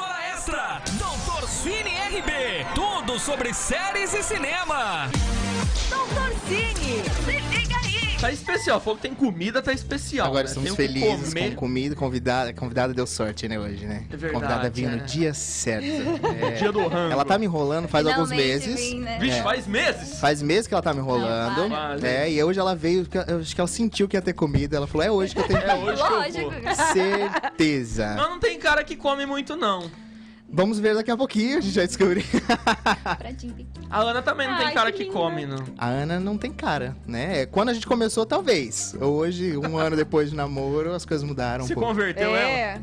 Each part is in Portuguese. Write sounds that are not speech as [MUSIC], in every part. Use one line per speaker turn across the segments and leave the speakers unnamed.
Mostra Doutor Cine RB. Tudo sobre séries e cinema.
Doutor Cine, se liga aí.
Tá especial, fogo tem comida, tá especial.
Agora
né?
estamos
Tem o que
felizes
comer.
com comida. Convidada, convidada deu sorte, né, hoje, né?
É verdade,
convidada veio
é.
no
[LAUGHS]
dia certo. É.
Dia do rango.
Ela tá me enrolando faz alguns
Finalmente
meses.
vim, né?
Vixe,
É.
faz meses?
Faz meses que ela tá me enrolando.
Não,
para.
né? E hoje ela veio, porque eu acho que ela sentiu que ia ter comida. Ela falou: é hoje que eu tenho que
É
ir.
hoje que eu
Lógico.
vou.
[LAUGHS] Certeza.
Mas não tem cara que come muito, não.
Vamos ver daqui a pouquinho, a gente vai descobrir.
Pra Jimmy.
A Ana também não
Ai,
tem cara
que
que,
linda.
come, não.
[LAUGHS] A Ana não tem cara, né? Quando a gente começou, talvez. Hoje, um ano depois de namoro, as coisas mudaram um
Se
pouco.
É.
converteu ela.
é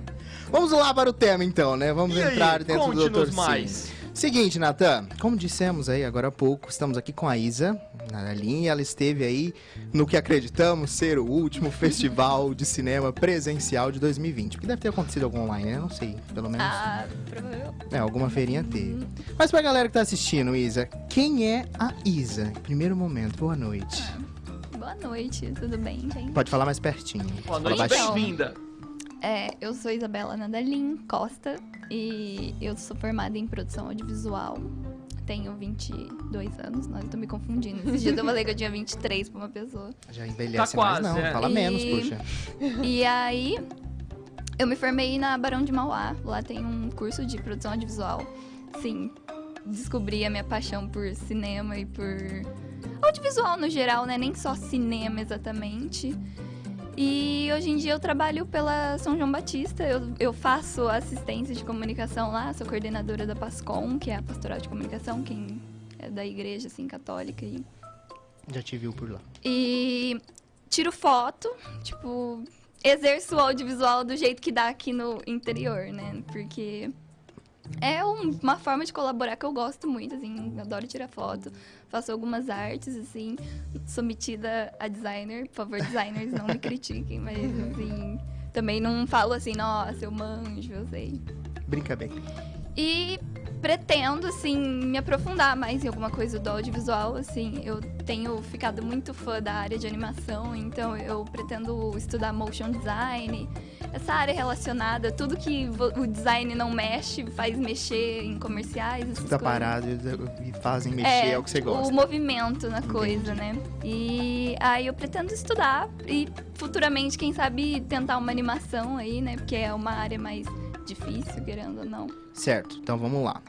Vamos lá para o tema, então, né? Vamos
E aí,
entrar dentro do
conte-nos
Dr.
mais.
Sim. Seguinte, Natan, como dissemos aí agora há pouco, estamos aqui com a Isa na linha. Ela esteve aí no que acreditamos ser o último festival de cinema presencial de 2020. Porque deve ter acontecido algum online, né? Não sei, pelo menos.
Ah, provavelmente.
É, alguma feirinha teve. Mas pra galera que tá assistindo, Isa, quem é a Isa? Primeiro momento, boa noite.
Boa noite, tudo bem, gente?
Pode falar mais pertinho.
Boa
Fala
noite,
baixinho.
Então.
bem-vinda.
É, eu sou Isabela Nandalin Costa e eu sou formada em produção audiovisual. Tenho 22 anos, nós tô me confundindo. Esses dias eu falei que eu tinha 23 pra uma pessoa.
Já envelhece
Tá quase,
mais, não.
é.
Fala
E-
menos, puxa.
E aí, eu me formei na Barão de Mauá. Lá tem um curso de produção audiovisual. Sim, descobri a minha paixão por cinema e por audiovisual no geral, né? Nem só cinema exatamente. E hoje em dia eu trabalho pela São João Batista, eu, eu faço assistência de comunicação lá, sou coordenadora da PASCOM, que é a Pastoral de Comunicação, quem é da igreja, assim, católica. E
Já te viu por lá.
e tiro foto, tipo, exerço o audiovisual do jeito que dá aqui no interior, né? Porque é um- uma forma de colaborar que eu gosto muito, assim, eu adoro tirar foto, faço algumas artes, assim, sou metida a designer, por favor, designers, não me critiquem, mas assim. Também não falo assim, nossa, eu manjo, eu sei.
Brinca bem.
E pretendo, assim, me aprofundar mais em alguma coisa do audiovisual, assim. Eu tenho ficado muito fã da área de animação, então eu pretendo estudar motion design, essa área relacionada, tudo que vo- o design não mexe, faz mexer em comerciais, essas
Fica
coisas.
parado e e fazem mexer, é, o que você
O
gosta.
movimento na coisa, né? E aí eu pretendo estudar e futuramente, quem sabe, tentar uma animação aí, né? Porque é uma área mais difícil, querendo ou não.
Certo, então vamos lá.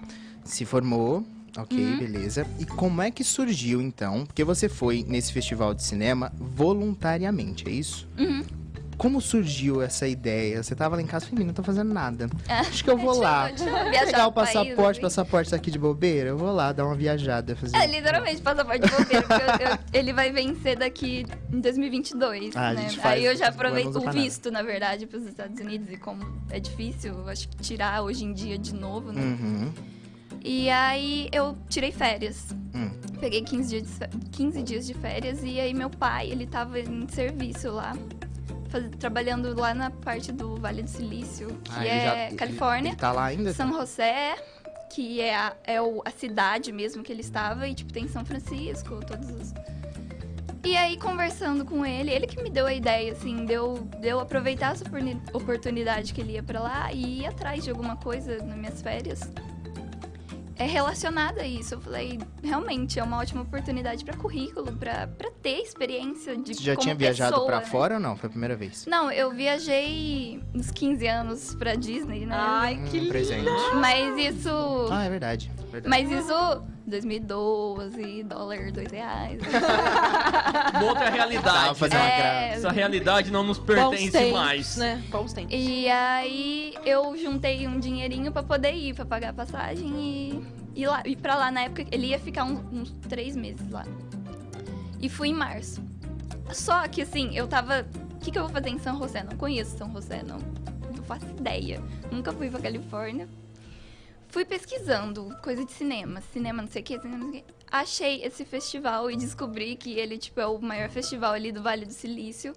Se formou, ok,
Uhum.
beleza. E como é que surgiu então? Porque você foi nesse festival de cinema voluntariamente, é isso?
Uhum.
Como surgiu essa ideia? Você tava lá em casa e falou, "Menina, não tô fazendo nada. Acho que
[LAUGHS]
eu vou lá.
É. Deixa eu- deixa eu viajar
Pegar o
no país,
passaporte,
assim.
passaporte tá aqui de bobeira, eu vou lá dar uma viajada, fazer. um
É, literalmente, passaporte de bobeira, porque eu- eu- ele vai vencer daqui em 2022,
Ah, a
né?
gente faz-
Aí eu já
faz um ano, não
aproveito
usa
o
pra nada.
visto, na verdade, para os Estados Unidos, e como é difícil, eu acho que tirar hoje em dia de novo, né?
Uhum.
E aí eu tirei férias.
Hum.
Peguei 15 dias, de fe- 15 dias de férias e aí meu pai, ele tava em serviço lá. faz- trabalhando lá na parte do Vale do Silício, que
Ah, ele já-
é
ele-
Califórnia.
ele tá lá ainda?
São José, que é, a, é o- a cidade mesmo que ele estava, e tipo, tem São Francisco, todos os. E aí, conversando com ele, ele que me deu a ideia, assim, deu, deu aproveitar essa oportuni- oportunidade que ele ia pra lá e ir atrás de alguma coisa nas minhas férias. É relacionada a isso. Eu falei, realmente é uma ótima oportunidade pra currículo, pra pra ter experiência de
Você já
como
tinha viajado
pessoa,
pra
né?
fora ou não? Foi a primeira vez?
Não, eu viajei uns 15 anos pra Disney, né?
Hum, presente.
Mas isso.
Ah, é verdade. verdade.
Mas isso. 2012, dólar, dois reais.
Uma outra
Tava
realidade.
fazendo uma
É.
graça.
Essa realidade não nos
Bons
pertence
tempos,
mais.
né? Bons tempos.
E aí eu juntei um dinheirinho pra poder ir, pra pagar a passagem e ir, lá, ir pra lá. Na época ele ia ficar um- uns três meses lá. E fui em março. Só que assim, eu tava. O que, que eu vou fazer em São José? Não conheço São José, não. Não faço ideia. Nunca fui pra Califórnia. Fui pesquisando coisa de cinema, cinema não sei o que, cinema não sei o que. Achei esse festival e descobri que ele, tipo, é o maior festival ali do Vale do Silício.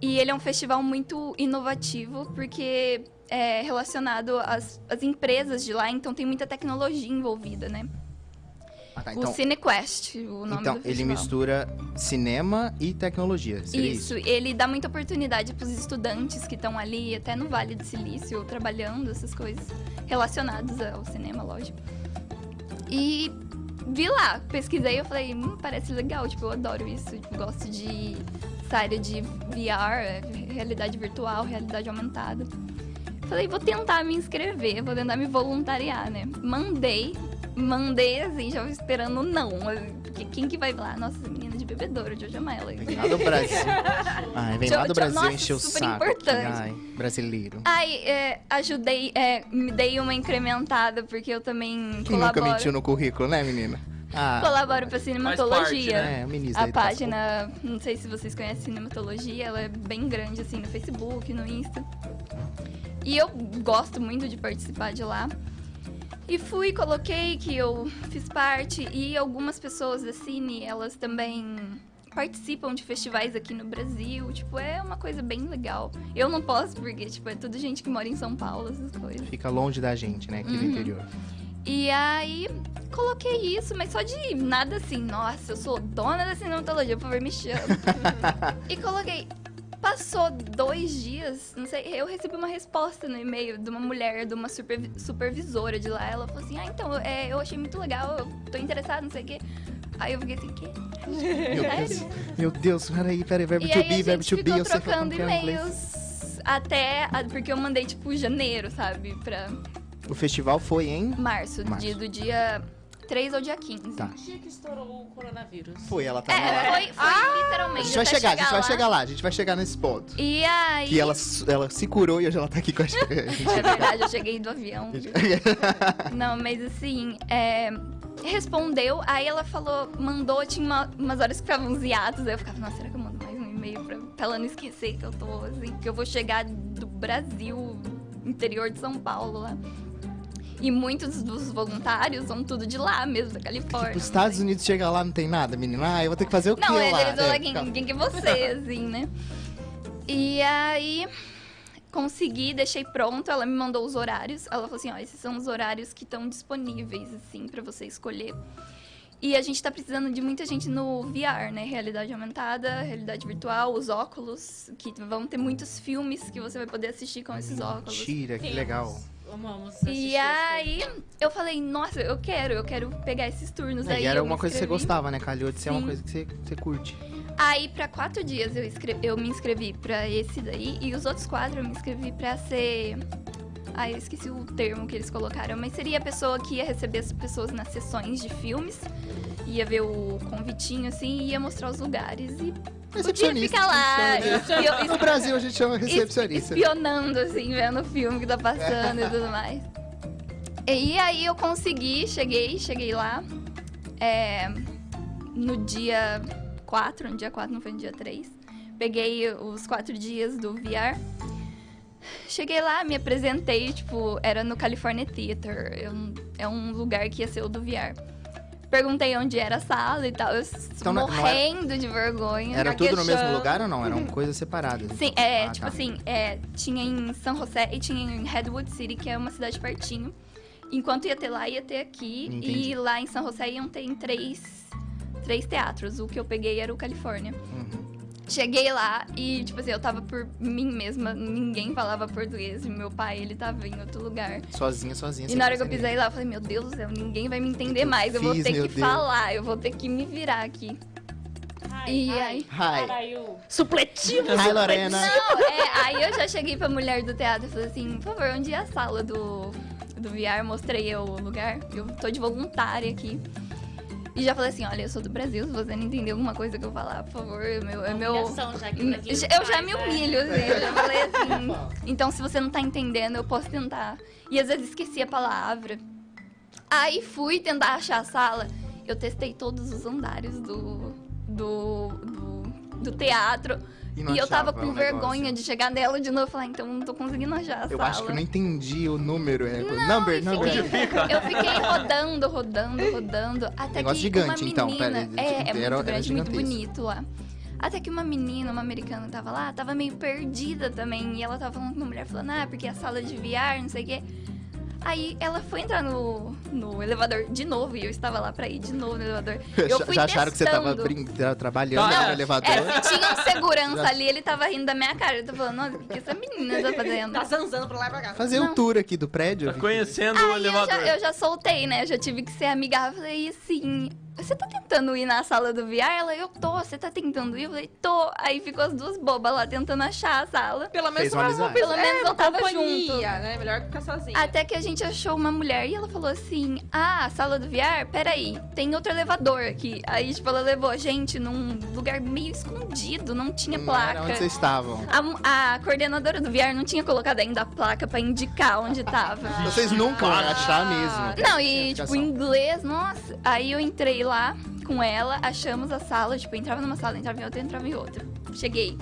E ele é um festival muito inovativo, porque é relacionado às, às empresas de lá, então tem muita tecnologia envolvida, né?
Ah, Tá,
o
então,
CineQuest, o nome
então
do
ele
festival.
mistura cinema e tecnologia. Seria isso?
Isso, ele dá muita oportunidade para os estudantes que estão ali, até no Vale do Silício, trabalhando essas coisas relacionadas ao cinema, lógico. E vi lá, pesquisei, eu falei, hum, parece legal, tipo, eu adoro isso, tipo, gosto de essa área de VR, é, realidade virtual, realidade aumentada. Falei, vou tentar me inscrever, vou tentar me voluntariar, né? Mandei, mandei assim, já esperando não, assim, porque quem que vai lá? Nossa, essa menina de bebedouro, Jojo ela
Vem lá do Brasil. Ai, vem
Tchau,
lá
tchau.
do Brasil
Nossa,
encher o
super
saco. aqui.
importante.
Ai, brasileiro.
Aí, é, ajudei, é, me dei uma incrementada, porque eu também
Quem nunca
colaboro,
mentiu no currículo, né, menina? Ah,
colaboro pra
parte,
cinematologia.
é, o ministro
A
da educação.
página, não sei se vocês conhecem cinematologia, ela é bem grande, assim, no Facebook, no Insta. E eu gosto muito de participar de lá. E fui, coloquei que eu fiz parte, e algumas pessoas da Cine, elas também participam de festivais aqui no Brasil. Tipo, é uma coisa bem legal. Eu não posso, porque, tipo, é tudo gente que mora em São Paulo, essas coisas.
Fica longe da gente, né, aqui do
Uhum.
interior.
[LAUGHS] E aí, coloquei isso, mas só de nada assim, nossa, eu sou dona da cinematologia, por favor, me
[LAUGHS]
chama. e coloquei. Passou dois dias, não sei, eu recebi uma resposta no e-mail de uma mulher, de uma supervi- supervisora de lá. Ela falou assim: Ah, então, é, eu achei muito legal, eu tô interessada, não sei o quê. Aí eu fiquei assim: Quê?
Meu Deus, meu Deus, peraí, peraí, verbo
E
to
aí
be,
a
verbo
gente
to be,
ficou
eu sei falar como
trocando
que é em inglês.
e-mails até. a- Porque eu mandei, tipo, janeiro, sabe? Pra
O festival foi em...
março,
Março.
de- do dia 3 ao dia 15.
Tá.
Que dia que estourou o coronavírus?
Foi, ela tá no
É,
ar.
foi, foi
A
literalmente.
gente vai
até
chegar, a gente vai chegar lá, a gente vai chegar nesse ponto.
E aí.
Que ela, ela se curou e hoje ela tá aqui com a gente.
[LAUGHS]
[LAUGHS]
É verdade, eu cheguei do avião. Não, mas assim, é, respondeu, aí ela falou, mandou, tinha uma- umas horas que ficavam os hiatos, aí eu ficava, nossa, será que eu mando mais um e-mail pra, pra ela não esquecer que eu tô, assim, que eu vou chegar do Brasil, interior de São Paulo lá. E muitos dos voluntários são tudo de lá mesmo, da Califórnia.
Os Estados
assim.
Unidos chega lá, não tem nada, menina. Ah, eu vou ter que fazer o que
Não,
lá?
eles
É,
falam quem,
calma.
quem que é
[LAUGHS]
você, assim, né? E aí, consegui, deixei pronto, ela me mandou os horários. Ela falou assim, ó, esses são os horários que estão disponíveis, assim, pra você escolher. E a gente tá precisando de muita gente no VR, né? Realidade aumentada, realidade virtual, os óculos, que vão ter muitos filmes que você vai poder assistir com esses óculos.
Mentira, que
Temos.
legal.
Amamos assistir
E aí, eu falei, nossa, eu quero, eu quero pegar esses turnos aí.
É, e era
eu me
uma coisa que você
inscrevi.
gostava, né? Calhou de ser uma
Sim.
coisa que você, você curte.
Aí, pra quatro dias, eu, escre- eu me inscrevi pra esse daí. E os outros quatro, eu me inscrevi pra ser... Ai, eu esqueci o termo que eles colocaram. Mas seria a pessoa que ia receber as pessoas nas sessões de filmes. Ia ver o convitinho, assim, e ia mostrar os lugares. E podia
Recepcionista.
ficar lá.
recepcionista.
espio-
No Brasil a gente chama recepcionista.
espionando, assim, vendo o filme que tá passando e tudo mais. E aí eu consegui, cheguei, cheguei lá. é, no dia 4, no dia 4, não foi no dia 3. Peguei os quatro dias do VR. Cheguei lá, me apresentei, tipo, era no California Theater. eu não- é um lugar que ia ser o do VR. Perguntei onde era a sala e tal. Eu s-
Então não- não era-
morrendo de vergonha.
Era tudo no mesmo
questão.
lugar ou não? Eram coisas separadas.
Sim, é,
Ah,
tipo
tá.
assim, é, tinha em São José e tinha em Redwood City, que é uma cidade pertinho. Enquanto ia ter lá, ia ter aqui.
Entendi.
E lá em São José iam ter em três, três teatros. O que eu peguei era o Califórnia.
Uhum.
Cheguei lá e, tipo assim, eu tava por mim mesma, ninguém falava português. E meu pai, ele tava em outro lugar.
Sozinha, sozinha.
E
sem
na hora que eu
conhecer
pisei lá, eu falei, meu Deus do céu, ninguém vai me entender
eu
mais. eu vou
fiz,
ter
meu
que
Deus?"
falar, eu vou ter que me virar aqui. E aí?
Hi.
Caraiu.
ninguém. Hi, Lorena.
Não, é, aí eu já cheguei pra mulher do teatro e falei assim, por favor, onde é a sala do, do VR? Mostrei eu o lugar. Eu tô de voluntária aqui. E já falei assim, olha, eu sou do Brasil, se você não entender alguma coisa que eu falar, por favor, é meu. É meu...
Humilhação, tá já que o Brasil
Eu já
faz,
me
né?
humilho, assim, eu já falei assim. Então, se você não tá entendendo, eu posso tentar. E às vezes esqueci a palavra. Aí fui tentar achar a sala. Eu testei todos os andares do. do. do, do teatro.
E
E,
não
eu tava
achava
com
o
vergonha
negócio.
de chegar nela de novo e falar, então não tô conseguindo achar a
Eu
sala.
acho que eu não entendi o número. É... number,
e
number.
fiquei-
Onde fica?
Eu fiquei rodando, rodando, rodando. Até
Negócio
que uma
gigante,
menina.
então, pera,
é, é
era- era
muito grande, muito
gigantesco.
bonito lá. Até que uma menina, uma americana, tava lá, tava meio perdida também. E ela tava falando com uma mulher, falando, ah, porque a sala de VR, não sei o quê. Aí ela foi entrar no, no elevador de novo e eu estava lá pra ir de novo no elevador. Eu
[LAUGHS] Já,
fui
já acharam que você tava
testando.
brin- tra- trabalhando né,
Tá,
no
é.
elevador?
É, tinha um segurança ali, ele tava rindo da minha cara. Eu tô falando, nossa, o que que essa menina tá fazendo?
Tá zanzando pra lá e pra cá.
Fazer
Não.
um tour aqui do prédio.
Tá
Vicky.
conhecendo o
Aí eu
elevador.
já, eu já soltei, né? Eu já tive que ser amigável. Eu falei assim: você tá tentando ir na sala do VR? Ela, eu tô, você tá tentando ir? Eu falei, tô. Aí ficou as duas bobas lá tentando achar a sala.
Pelo menos
Fez
você
uma
faz uma
amizade.
pessoa.
Pelo
É,
menos eu É, tava
companhia,
junto.
né? Melhor que ficar sozinha.
Até que a gente achou uma mulher e ela falou assim: Ah, a sala do VR? Peraí, tem outro elevador aqui. Aí, tipo, ela levou a gente num lugar meio escondido, não tinha
Não Hum, era
placa.
onde vocês estavam.
A mu- A, coordenadora do VR não tinha colocado ainda a placa pra indicar onde tava.
Vocês nunca vão achar mesmo.
Não,
Tinha
e tipo,
explicação.
inglês, nossa. Aí eu entrei lá com ela, achamos a sala, tipo, entrava numa sala, entrava em outra, entrava em outra. Cheguei.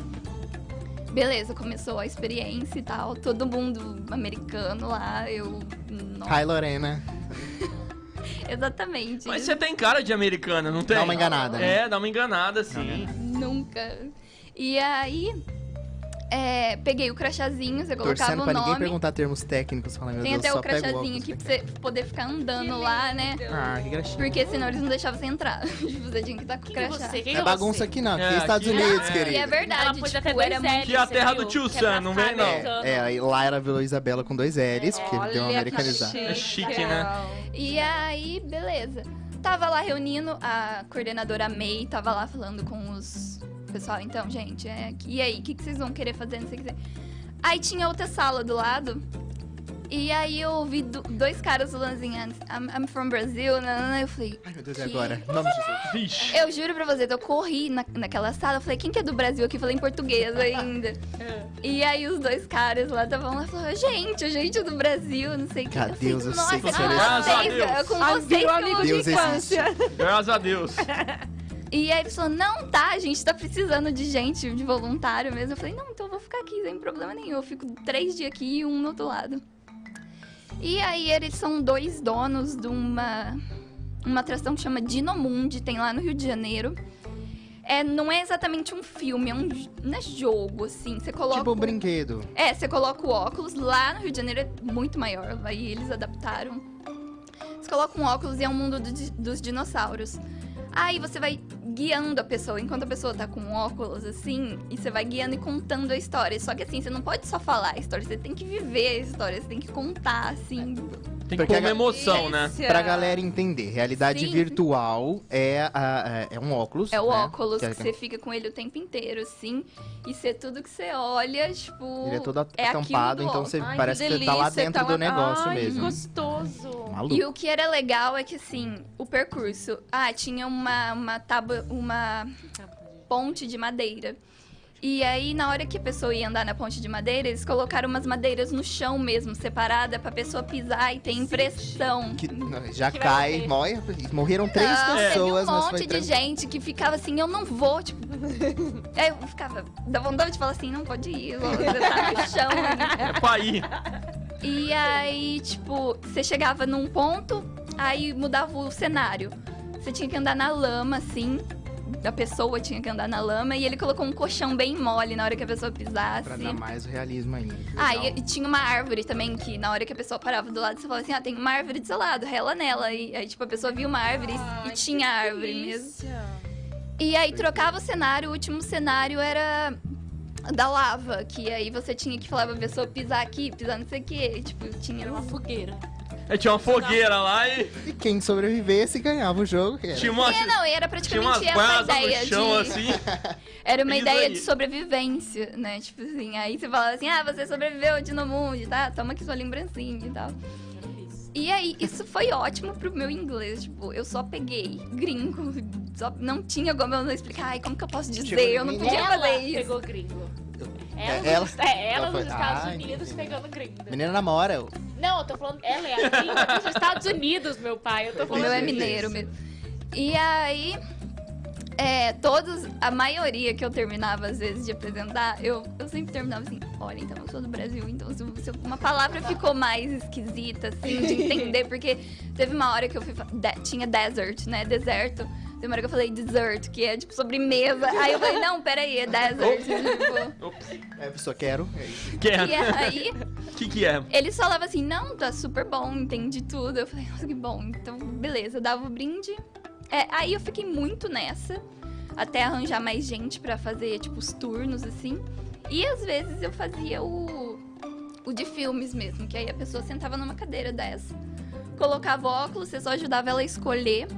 Beleza, começou a experiência e tal. Todo mundo americano lá, eu. Nossa,
Hi, Lorena.
exatamente.
Mas você tem cara de americana, não tem?
Dá uma enganada, né?
É, dá uma enganada, sim.
Nunca. E aí, é, peguei o crachazinho, você colocava
Torcendo
o
pra ninguém
nome.
perguntar termos técnicos. Falar, meu
Tem
Deus,
até
só
o
pega o
crachazinho
óculos. né?"
aqui pra você poder ficar andando lá, né?
Ah, que graxinha.
Porque senão eles não deixavam você entrar. [LAUGHS] Tipo, você tinha que estar com o
Quem é
crachá.
você? Quem
Não é bagunça
você?
aqui não, aqui
É,
é Estados
aqui-
Unidos,
É.
E é
querido.
verdade,
Ela pôs
tipo,
até dois
era muito...
L's,
Que é a
você
terra
viu?
do tio
Que
Sam,
é pra
não vem,
ficar
não.
americano.
É, aí lá era Vila Isabela com dois L's, porque deu uma americanizada.
É chique, né?
E aí, beleza. Tava lá reunindo, a coordenadora May tava lá falando com os pessoal, então, gente, é, e aí, o que, que vocês vão querer fazer, não sei o que. Aí tinha outra sala do lado, e aí eu ouvi do- dois caras falando assim, I'm, I'm from Brazil, nanana, eu falei...
Ai, meu Deus, e
"Que
agora? Em Nome de Jesus.
Vixe.
Eu juro pra você, eu corri na- naquela sala, eu falei, quem que é do Brasil aqui? Eu falei em português ainda. e aí os dois caras lá estavam lá falando, gente, a gente é do Brasil, não sei o que.
Cara, Deus, eu
nossa,
sei que
é
você é
com
brasileiro."
vocês,
Graças a
é com
Ah,
vocês que
virou
eu
amigo
ouvi."
de
Deus existe.
infância.
Graças a Deus.
[LAUGHS] E aí ele falou, não, tá, a gente tá precisando de gente, de voluntário mesmo. Eu falei, não, então eu vou ficar aqui, sem problema nenhum. Eu fico três dias aqui e um no outro lado. E aí eles são dois donos de uma, uma atração que chama Dinomundi, tem lá no Rio de Janeiro. É, não é exatamente um filme, é um j- não é jogo, assim. Você coloca.
Tipo um brinquedo.
É, você coloca o óculos. Lá no Rio de Janeiro é muito maior, aí eles adaptaram. Você coloca um óculos e é um mundo do di- dos dinossauros. Aí você vai guiando a pessoa, enquanto a pessoa tá com óculos, assim, e você vai guiando e contando a história. Só que assim, você não pode só falar a história, você tem que viver a história, você tem que contar, assim.
Tem que
Porque
pôr
a
uma
ga-
emoção, né?
Pra galera entender, realidade
Sim.
virtual é, a- é- é um óculos.
É o
né?
óculos
Que é-
que você fica com ele o tempo inteiro, assim. E ser tudo que você olha, tipo.
Ele é todo
é aquilo
atampado,
do
então
óculos.
você parece que você tá lá dentro do negócio
Ai,
mesmo.
gostoso.
Maluco.
E o que era legal é que, assim, o percurso. Ah, tinha uma, uma tábua, uma ponte de madeira. E aí, na hora que a pessoa ia andar na ponte de madeira, eles colocaram umas madeiras no chão mesmo, separada, pra pessoa pisar e ter impressão.
Que- não, já
Que vai
cai,
morrer.
morre, morreram três
Não,
pessoas,
teve Tá, um
mas foi
monte de
tranquilo.
gente que ficava assim, eu não vou, tipo...
[LAUGHS]
aí eu ficava, dá vontade de falar assim, não pode ir, você tá no chão
[LAUGHS]
ainda.
É pra ir.
E aí, tipo, você chegava num ponto, aí mudava o cenário. Você tinha que andar na lama, assim. A pessoa tinha que andar na lama e ele colocou um colchão bem mole na hora que a pessoa pisasse.
Pra dar mais realismo ainda. que
Ah,
legal.
e, e tinha uma árvore também que na hora que a pessoa parava do lado, você falava assim: ah, tem uma árvore do seu lado, rela nela. E aí, tipo, a pessoa via uma árvore e-
Ah,
e tinha a árvore mesmo. E aí trocava o cenário, o último cenário era da lava, que aí você tinha que falar pra pessoa pisar aqui, pisar não sei o quê. Tipo, tinha
Era uma fogueira.
É, tinha uma fogueira lá e
E quem sobrevivesse ganhava o jogo. que era-
tinha uma.
É, não, e era
Tinha umas
praticamente essa a
brasas no
ideia
chão,
de... [LAUGHS]
assim.
Era uma
Isso
ideia
aí.
de sobrevivência, né? Tipo assim, aí você falava assim, ah, você sobreviveu de no mundo, tá? Toma aqui sua lembrancinha e tal. E aí, isso foi ótimo pro meu inglês, tipo, eu só peguei gringo, só não tinha como eu não explicar, ai, como que eu posso dizer? eu não podia
Ela
fazer isso.
pegou gringo.
É,
Ela,
ela-
dos- é, ela
ela foi-
dos Estados
Ai,
Unidos
menina.
pegando gringo.
Menina namora. eu-
Não, eu tô falando. Ela é a gringa dos Estados Unidos, meu pai. Eu tô
O
falando.
meu é
Entendi.
mineiro mesmo. E aí, é, todos, a maioria que eu terminava às vezes de apresentar, eu, eu sempre terminava assim: olha, então eu sou do Brasil, então se, se uma palavra ficou mais esquisita, assim, de entender, porque teve uma hora que eu fui. fa- de- tinha desert, né? Deserto. Tem uma hora que eu falei dessert, que é tipo sobremesa. Aí eu falei: não, peraí, é desert. tipo.
É, só quero.
Quer.
E aí,
O que que é?
Ele só falava assim, não, tá super bom, entendi tudo. Eu falei, nossa, que bom. Então, beleza, dava o brinde. É, aí eu fiquei muito nessa, até arranjar mais gente pra fazer, tipo, os turnos, assim. E às vezes eu fazia o, o de filmes mesmo, que aí a pessoa sentava numa cadeira dessa, colocava óculos, você só ajudava ela a escolher.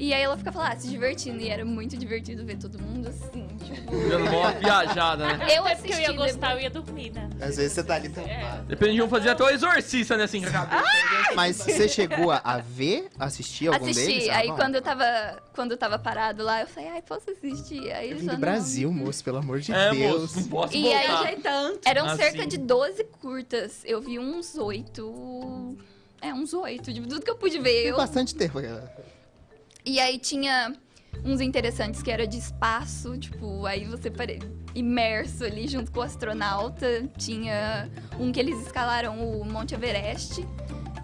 E aí ela ficava lá, se divertindo. E era muito divertido ver todo mundo assim, tipo...
Dando uma viajada, né?
Eu
Até porque eu
assisti
ia gostar, eu
depois.
ia dormir, né?
Às vezes você tá ali
É.
tampado.
Depende de um fazer até o exorcista, né? Assim, com a cabeça.
Mas você chegou a, a ver, assistir algum
assisti.
deles?
aí
Ah, bom.
quando eu tava. Quando eu tava parado lá, eu falei, ai, posso assistir? Aí eles
Eu vim É do
falaram,
Brasil, moço, pelo amor de
É,
Deus.
moço, não posso
E aí,
voltar.
gente, Eram
Ah,
cerca
sim.
de 12 curtas. Eu vi uns oito. É, uns oito, de tudo que eu pude ver.
Tem
Eu...
bastante tempo, galera.
E aí tinha uns interessantes que era de espaço, tipo, aí você pare... imerso ali junto com o astronauta. Tinha um que eles escalaram o Monte Everest.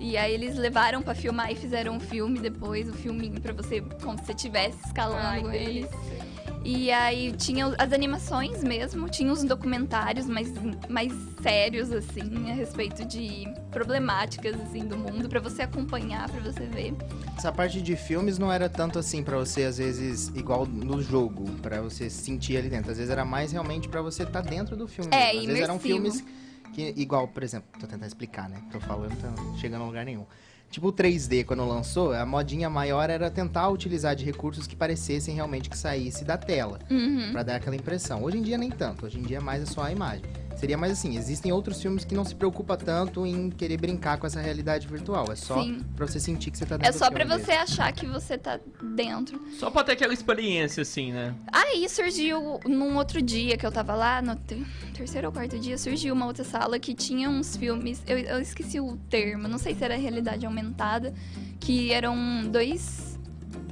E aí eles levaram pra filmar e fizeram um filme depois, um filminho pra você, como se você estivesse
Ai,
escalando
que
eles.
delícia.
E aí tinha as animações mesmo, tinha os documentários mais, mais sérios, assim, a respeito de problemáticas, assim, do mundo, pra você acompanhar, pra você ver.
Essa parte de filmes não era tanto assim pra você, às vezes, igual no jogo, pra você sentir ali dentro. Às vezes era mais realmente pra você estar dentro do filme.
É,
mesmo. Às vezes eram
imersivo.
filmes que, igual, por exemplo, tô tentando explicar, né? Tô falando, tô chegando a lugar nenhum. Tipo o 3D, quando lançou, a modinha maior era tentar utilizar de recursos que parecessem realmente que saísse da tela,
Uhum.
Pra dar aquela impressão. Hoje em dia nem tanto, hoje em dia é mais é só a imagem. Seria mais assim, existem outros filmes que não se preocupa tanto em querer brincar com essa realidade virtual, é só
Sim.
pra você sentir que você tá dentro
É
do
só
filme
pra
mesmo.
você achar que você tá dentro.
Só pra ter aquela experiência,
[LAUGHS]
assim, né?
Aí surgiu, num outro dia que eu tava lá, no te- terceiro ou quarto dia, surgiu uma outra sala que tinha uns filmes. Eu, eu esqueci o termo, não sei se era realidade aumentada, que eram dois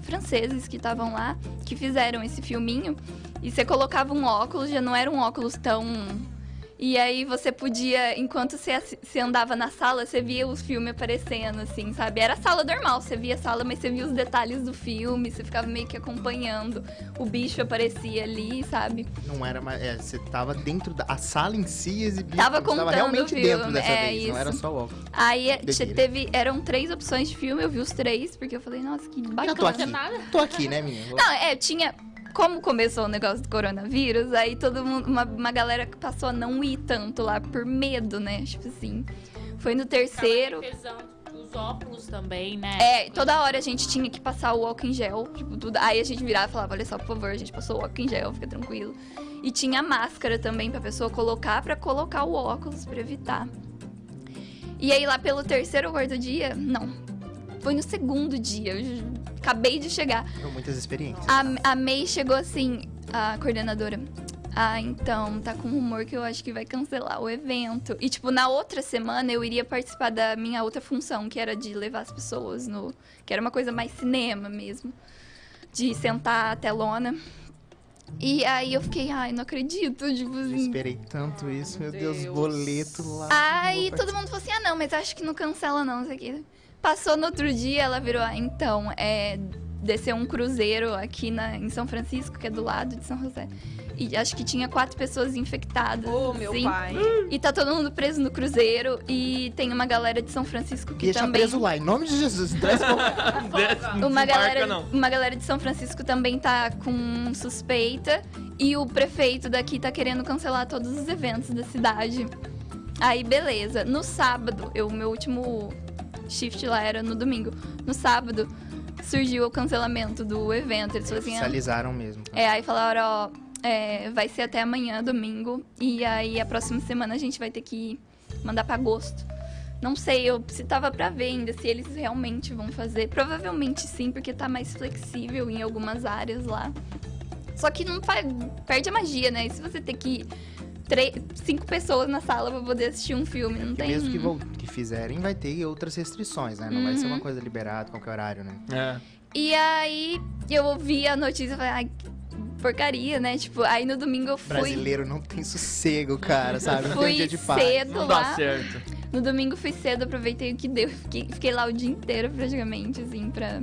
franceses que estavam lá, que fizeram esse filminho. E você colocava um óculos, já não era um óculos tão. E aí você podia, enquanto você, assi- você andava na sala, você via os filmes aparecendo, assim, sabe? Era a sala normal, você via a sala, mas você via os detalhes do filme, você ficava meio que acompanhando o bicho aparecia ali, sabe?
Não era mais. é, você tava dentro da. A sala em si exibia.
Tava
você tava
contando
realmente
o
dentro
filme,
dessa
é
vez. Não
isso.
era só o óculos.
Aí
Delírio.
te- teve. Eram três opções de filme, eu vi os três, porque eu falei, nossa, que
Já tô
bacana.
aqui. Tô aqui, né, menina? Vou-
Não, é, tinha. Como começou o negócio do coronavírus, aí todo mundo. Uma, uma galera que passou a não ir tanto lá por medo, né? Tipo assim. Foi no terceiro.
Os óculos também, né?
É, toda hora a gente tinha que passar o álcool em gel, tipo, tudo. Aí a gente virava e falava, olha só, por favor, a gente passou o álcool em gel, fica tranquilo. E tinha a máscara também pra pessoa colocar, pra colocar o óculos, pra evitar. E aí lá pelo terceiro ou quarto dia, não, foi no segundo dia, eu ju- acabei de chegar.
Foram muitas experiências.
A, a May chegou assim, a coordenadora. Ah, então, tá com rumor que eu acho que vai cancelar o evento. E, tipo, na outra semana eu iria participar da minha outra função, que era de levar as pessoas no. que era uma coisa mais cinema mesmo. De sentar a telona. E aí eu fiquei, ai, não acredito. Tipo,
Eu
assim,
esperei tanto isso, meu Deus,
Deus.
boleto lá.
Ah, Aí todo mundo falou assim: ah, não, mas acho que não cancela, não, isso aqui. Passou no outro dia, ela virou: ah, então, é. Desceu um cruzeiro aqui na, em São Francisco, que é do lado de São José. E acho que tinha quatro pessoas infectadas.
Oh,
Ô, meu
assim.
pai.
E tá todo mundo preso no cruzeiro. E tem uma galera de São Francisco que
Deixa
também. Assim,
preso lá, em nome
[LAUGHS]
de Jesus. traz pra-
Desce, não
Uma
desembarca,
galera,
não.
uma galera de São Francisco também tá com suspeita. E o prefeito daqui tá querendo cancelar todos os eventos da cidade. Aí, beleza. No sábado, eu, meu último shift lá era no domingo. No sábado, surgiu o cancelamento do evento. Eles falaram assim, "Ah,
Oficializaram mesmo.
é, aí falaram, ó, é, vai ser até amanhã, domingo. E aí a próxima semana a gente vai ter que mandar pra agosto. Não sei, eu precisava pra ver ainda se eles realmente vão fazer. Provavelmente sim, porque tá mais flexível em algumas áreas lá. Só que não faz, perde a magia, né? E se você ter que tre- cinco pessoas na sala pra poder assistir um filme, não
É, Porque
tem.
mesmo que, vol- que fizerem, vai ter outras restrições, né? Não vai ser uma
Uhum.
coisa liberada, qualquer horário, né?
É.
E aí eu ouvi a notícia e falei, ai, que porcaria, né? Tipo, aí no domingo eu fui.
Brasileiro não tem sossego, cara, sabe? Não tem
Fui
dia de paz.
cedo
Não
lá.
dá certo.
No domingo fui cedo, aproveitei o que deu. Fiquei, fiquei lá o dia inteiro praticamente, assim, pra.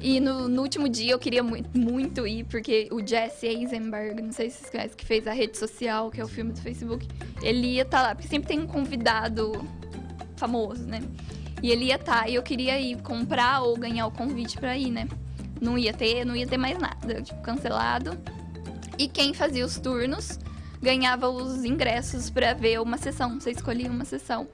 E no, no último dia eu queria muito, muito ir, porque o Jesse Eisenberg, não sei se vocês conhecem, que fez a rede social, que é o filme do Facebook, ele ia estar lá, porque sempre tem um convidado famoso, né? E ele ia estar, e eu queria ir comprar ou ganhar o convite pra ir, né? Não ia ter, não ia ter mais nada, tipo, cancelado. E quem fazia os turnos ganhava os ingressos pra ver uma sessão, você escolhia uma sessão.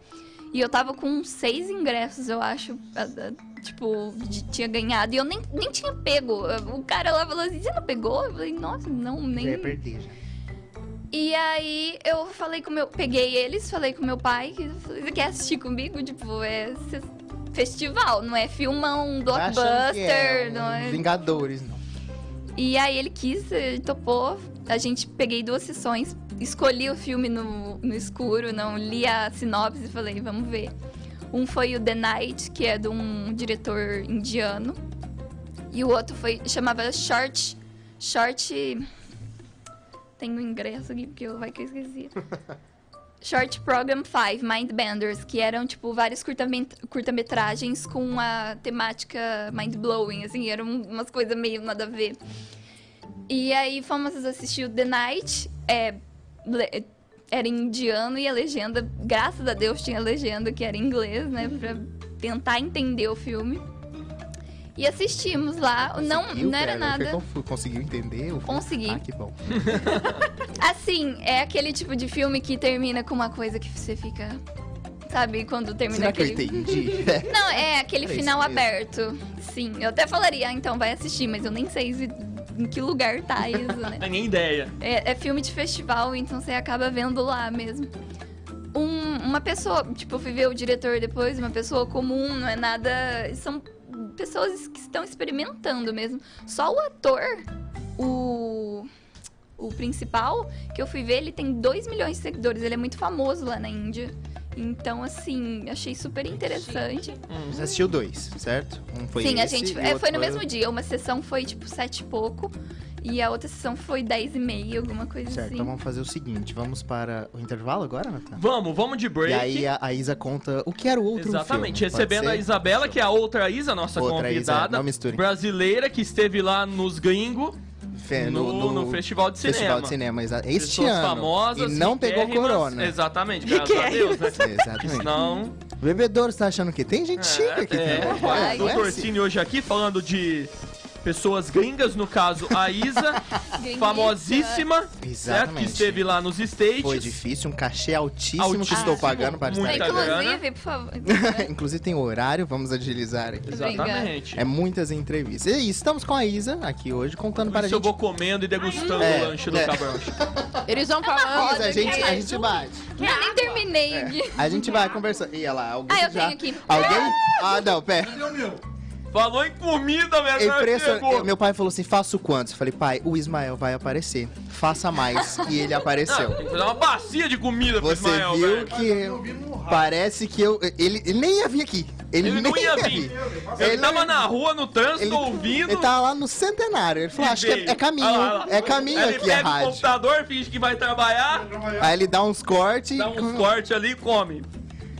E eu tava com seis ingressos, eu acho, a- a- tipo, de- tinha ganhado. E eu nem, nem tinha pego. O cara lá falou assim, você não pegou? Eu falei, nossa, não, nem...
Já ia perder, já.
E aí eu falei com meu. Peguei eles, falei com meu pai, que falei, você quer assistir comigo? Tipo, é se- festival, não é filmão,
Tá achando que é
blockbuster,
um
não é.
Vingadores, não.
E aí ele quis, ele topou. A gente peguei duas sessões, escolhi o filme no, no escuro, não li a sinopse e falei, vamos ver. Um foi o The Night, que é de um diretor indiano. E o outro foi chamava Short. Short. Tem o ingresso aqui, porque eu vai que eu esqueci. Short Program 5, Mindbenders, que eram, tipo, várias curtamen- curta-metragens com a temática mind-blowing, assim, eram umas coisas meio nada a ver. E aí fomos assistir o The Night, é, le- era em indiano e a legenda, graças a Deus tinha legenda que era em inglês, né, pra tentar entender o filme. E assistimos lá, não,
Conseguiu,
não era
cara? Foi
nada.
confu- Conseguiu entender? o filme?
Consegui.
Ah, que bom.
Assim, é aquele tipo de filme que termina com uma coisa que você fica. Sabe, quando termina
Será que eu
aquele.
entendi?
[LAUGHS] Não, é aquele
Era isso
final
mesmo.
aberto. Sim, eu até falaria, ah, então vai assistir, mas eu nem sei se- em que lugar tá isso,
[LAUGHS]
né?
Não é nem ideia.
É, é filme de festival, então você acaba vendo lá mesmo. Um- uma pessoa, tipo, eu fui ver o diretor depois, uma pessoa comum, não é nada. São pessoas que estão experimentando mesmo. Só o ator, o. O principal, que eu fui ver, ele tem 2 milhões de seguidores. Ele é muito famoso lá na Índia. Então, assim, achei super interessante.
[LAUGHS] Você assistiu dois, certo? Um foi
Sim, a
esse
gente.
e o
é,
outro
foi no mesmo dia. Uma sessão foi tipo sete e pouco. E a outra sessão foi dez e meia, alguma coisa
Certo,
assim.
então vamos fazer o seguinte, vamos para o intervalo agora, Natan?
Vamos, vamos de
E
break.
aí a, a Isa conta o que era o outro
Exatamente,
filme, pode
recebendo
ser?
a Isabela, que é a outra Isa, nossa
Outra Isa,
convidada
não misturem.
brasileira que esteve lá nos gringo
Fe-
no, no festival de cinema.
É, Festival de Cinema, exa- este
Pessoas
ano.
famosas,
e não pegou
riquérrimas.
corona.
Exatamente, graças a Deus, né?
[LAUGHS] Exatamente.
Não.
[LAUGHS] Bebedouro, você tá achando que tem gente chique aqui
é,
também?
olha,
né?
o
Não é
Dr.
assim.
Cine hoje aqui falando de pessoas gringas, no caso a Isa,
[LAUGHS]
Gringuiça.
famosíssima, certo? Que
assim. Exatamente.
esteve lá nos States.
Foi difícil, um cachê altíssimo, que
Altíssimo,
estou pagando para
muita
estar aqui.
grana.
É, Inclusive, por favor.
[LAUGHS] Inclusive tem horário, vamos agilizar aqui.
Exatamente.
É muitas entrevistas. E estamos com a Isa aqui hoje, contando
Por
para a
isso eu
gente.
vou comendo e degustando
É,
o lanche do
é.
cabrão.
Eles
É
vão falando.
Isa, a gente, a gente bate.
Eu nem terminei.
A gente vai conversando. Ih, olha lá, alguém
Ah, eu
já...
tenho aqui.
[LAUGHS]
Alguém? Ah, não, pera.
Falou em comida,
É
velho.
impressionante.
chegou.
Meu pai falou assim, faço quantos? Eu falei, pai, o Ismael vai aparecer. Faça mais. E ele
Ah,
apareceu.
tem que fazer uma bacia de comida pro
Você
Ismael,
viu
velho.
que eu- parece que eu ele, ele nem ia vir aqui. Ele,
Ele
nem
não ia
[LAUGHS]
vir. Ele,
Ele
tava
não-
na rua, no trânsito,
Ele, tá
ouvindo.
ele tava lá no centenário. Ele falou,
e
acho que
veio.
é, é caminho.
Olha lá, olha lá.
É caminho
Aí
aqui
Ele
a
pega o
rádio.
computador, finge que vai trabalhar,
Aí ele dá uns cortes.
dá uns cortes ali e come.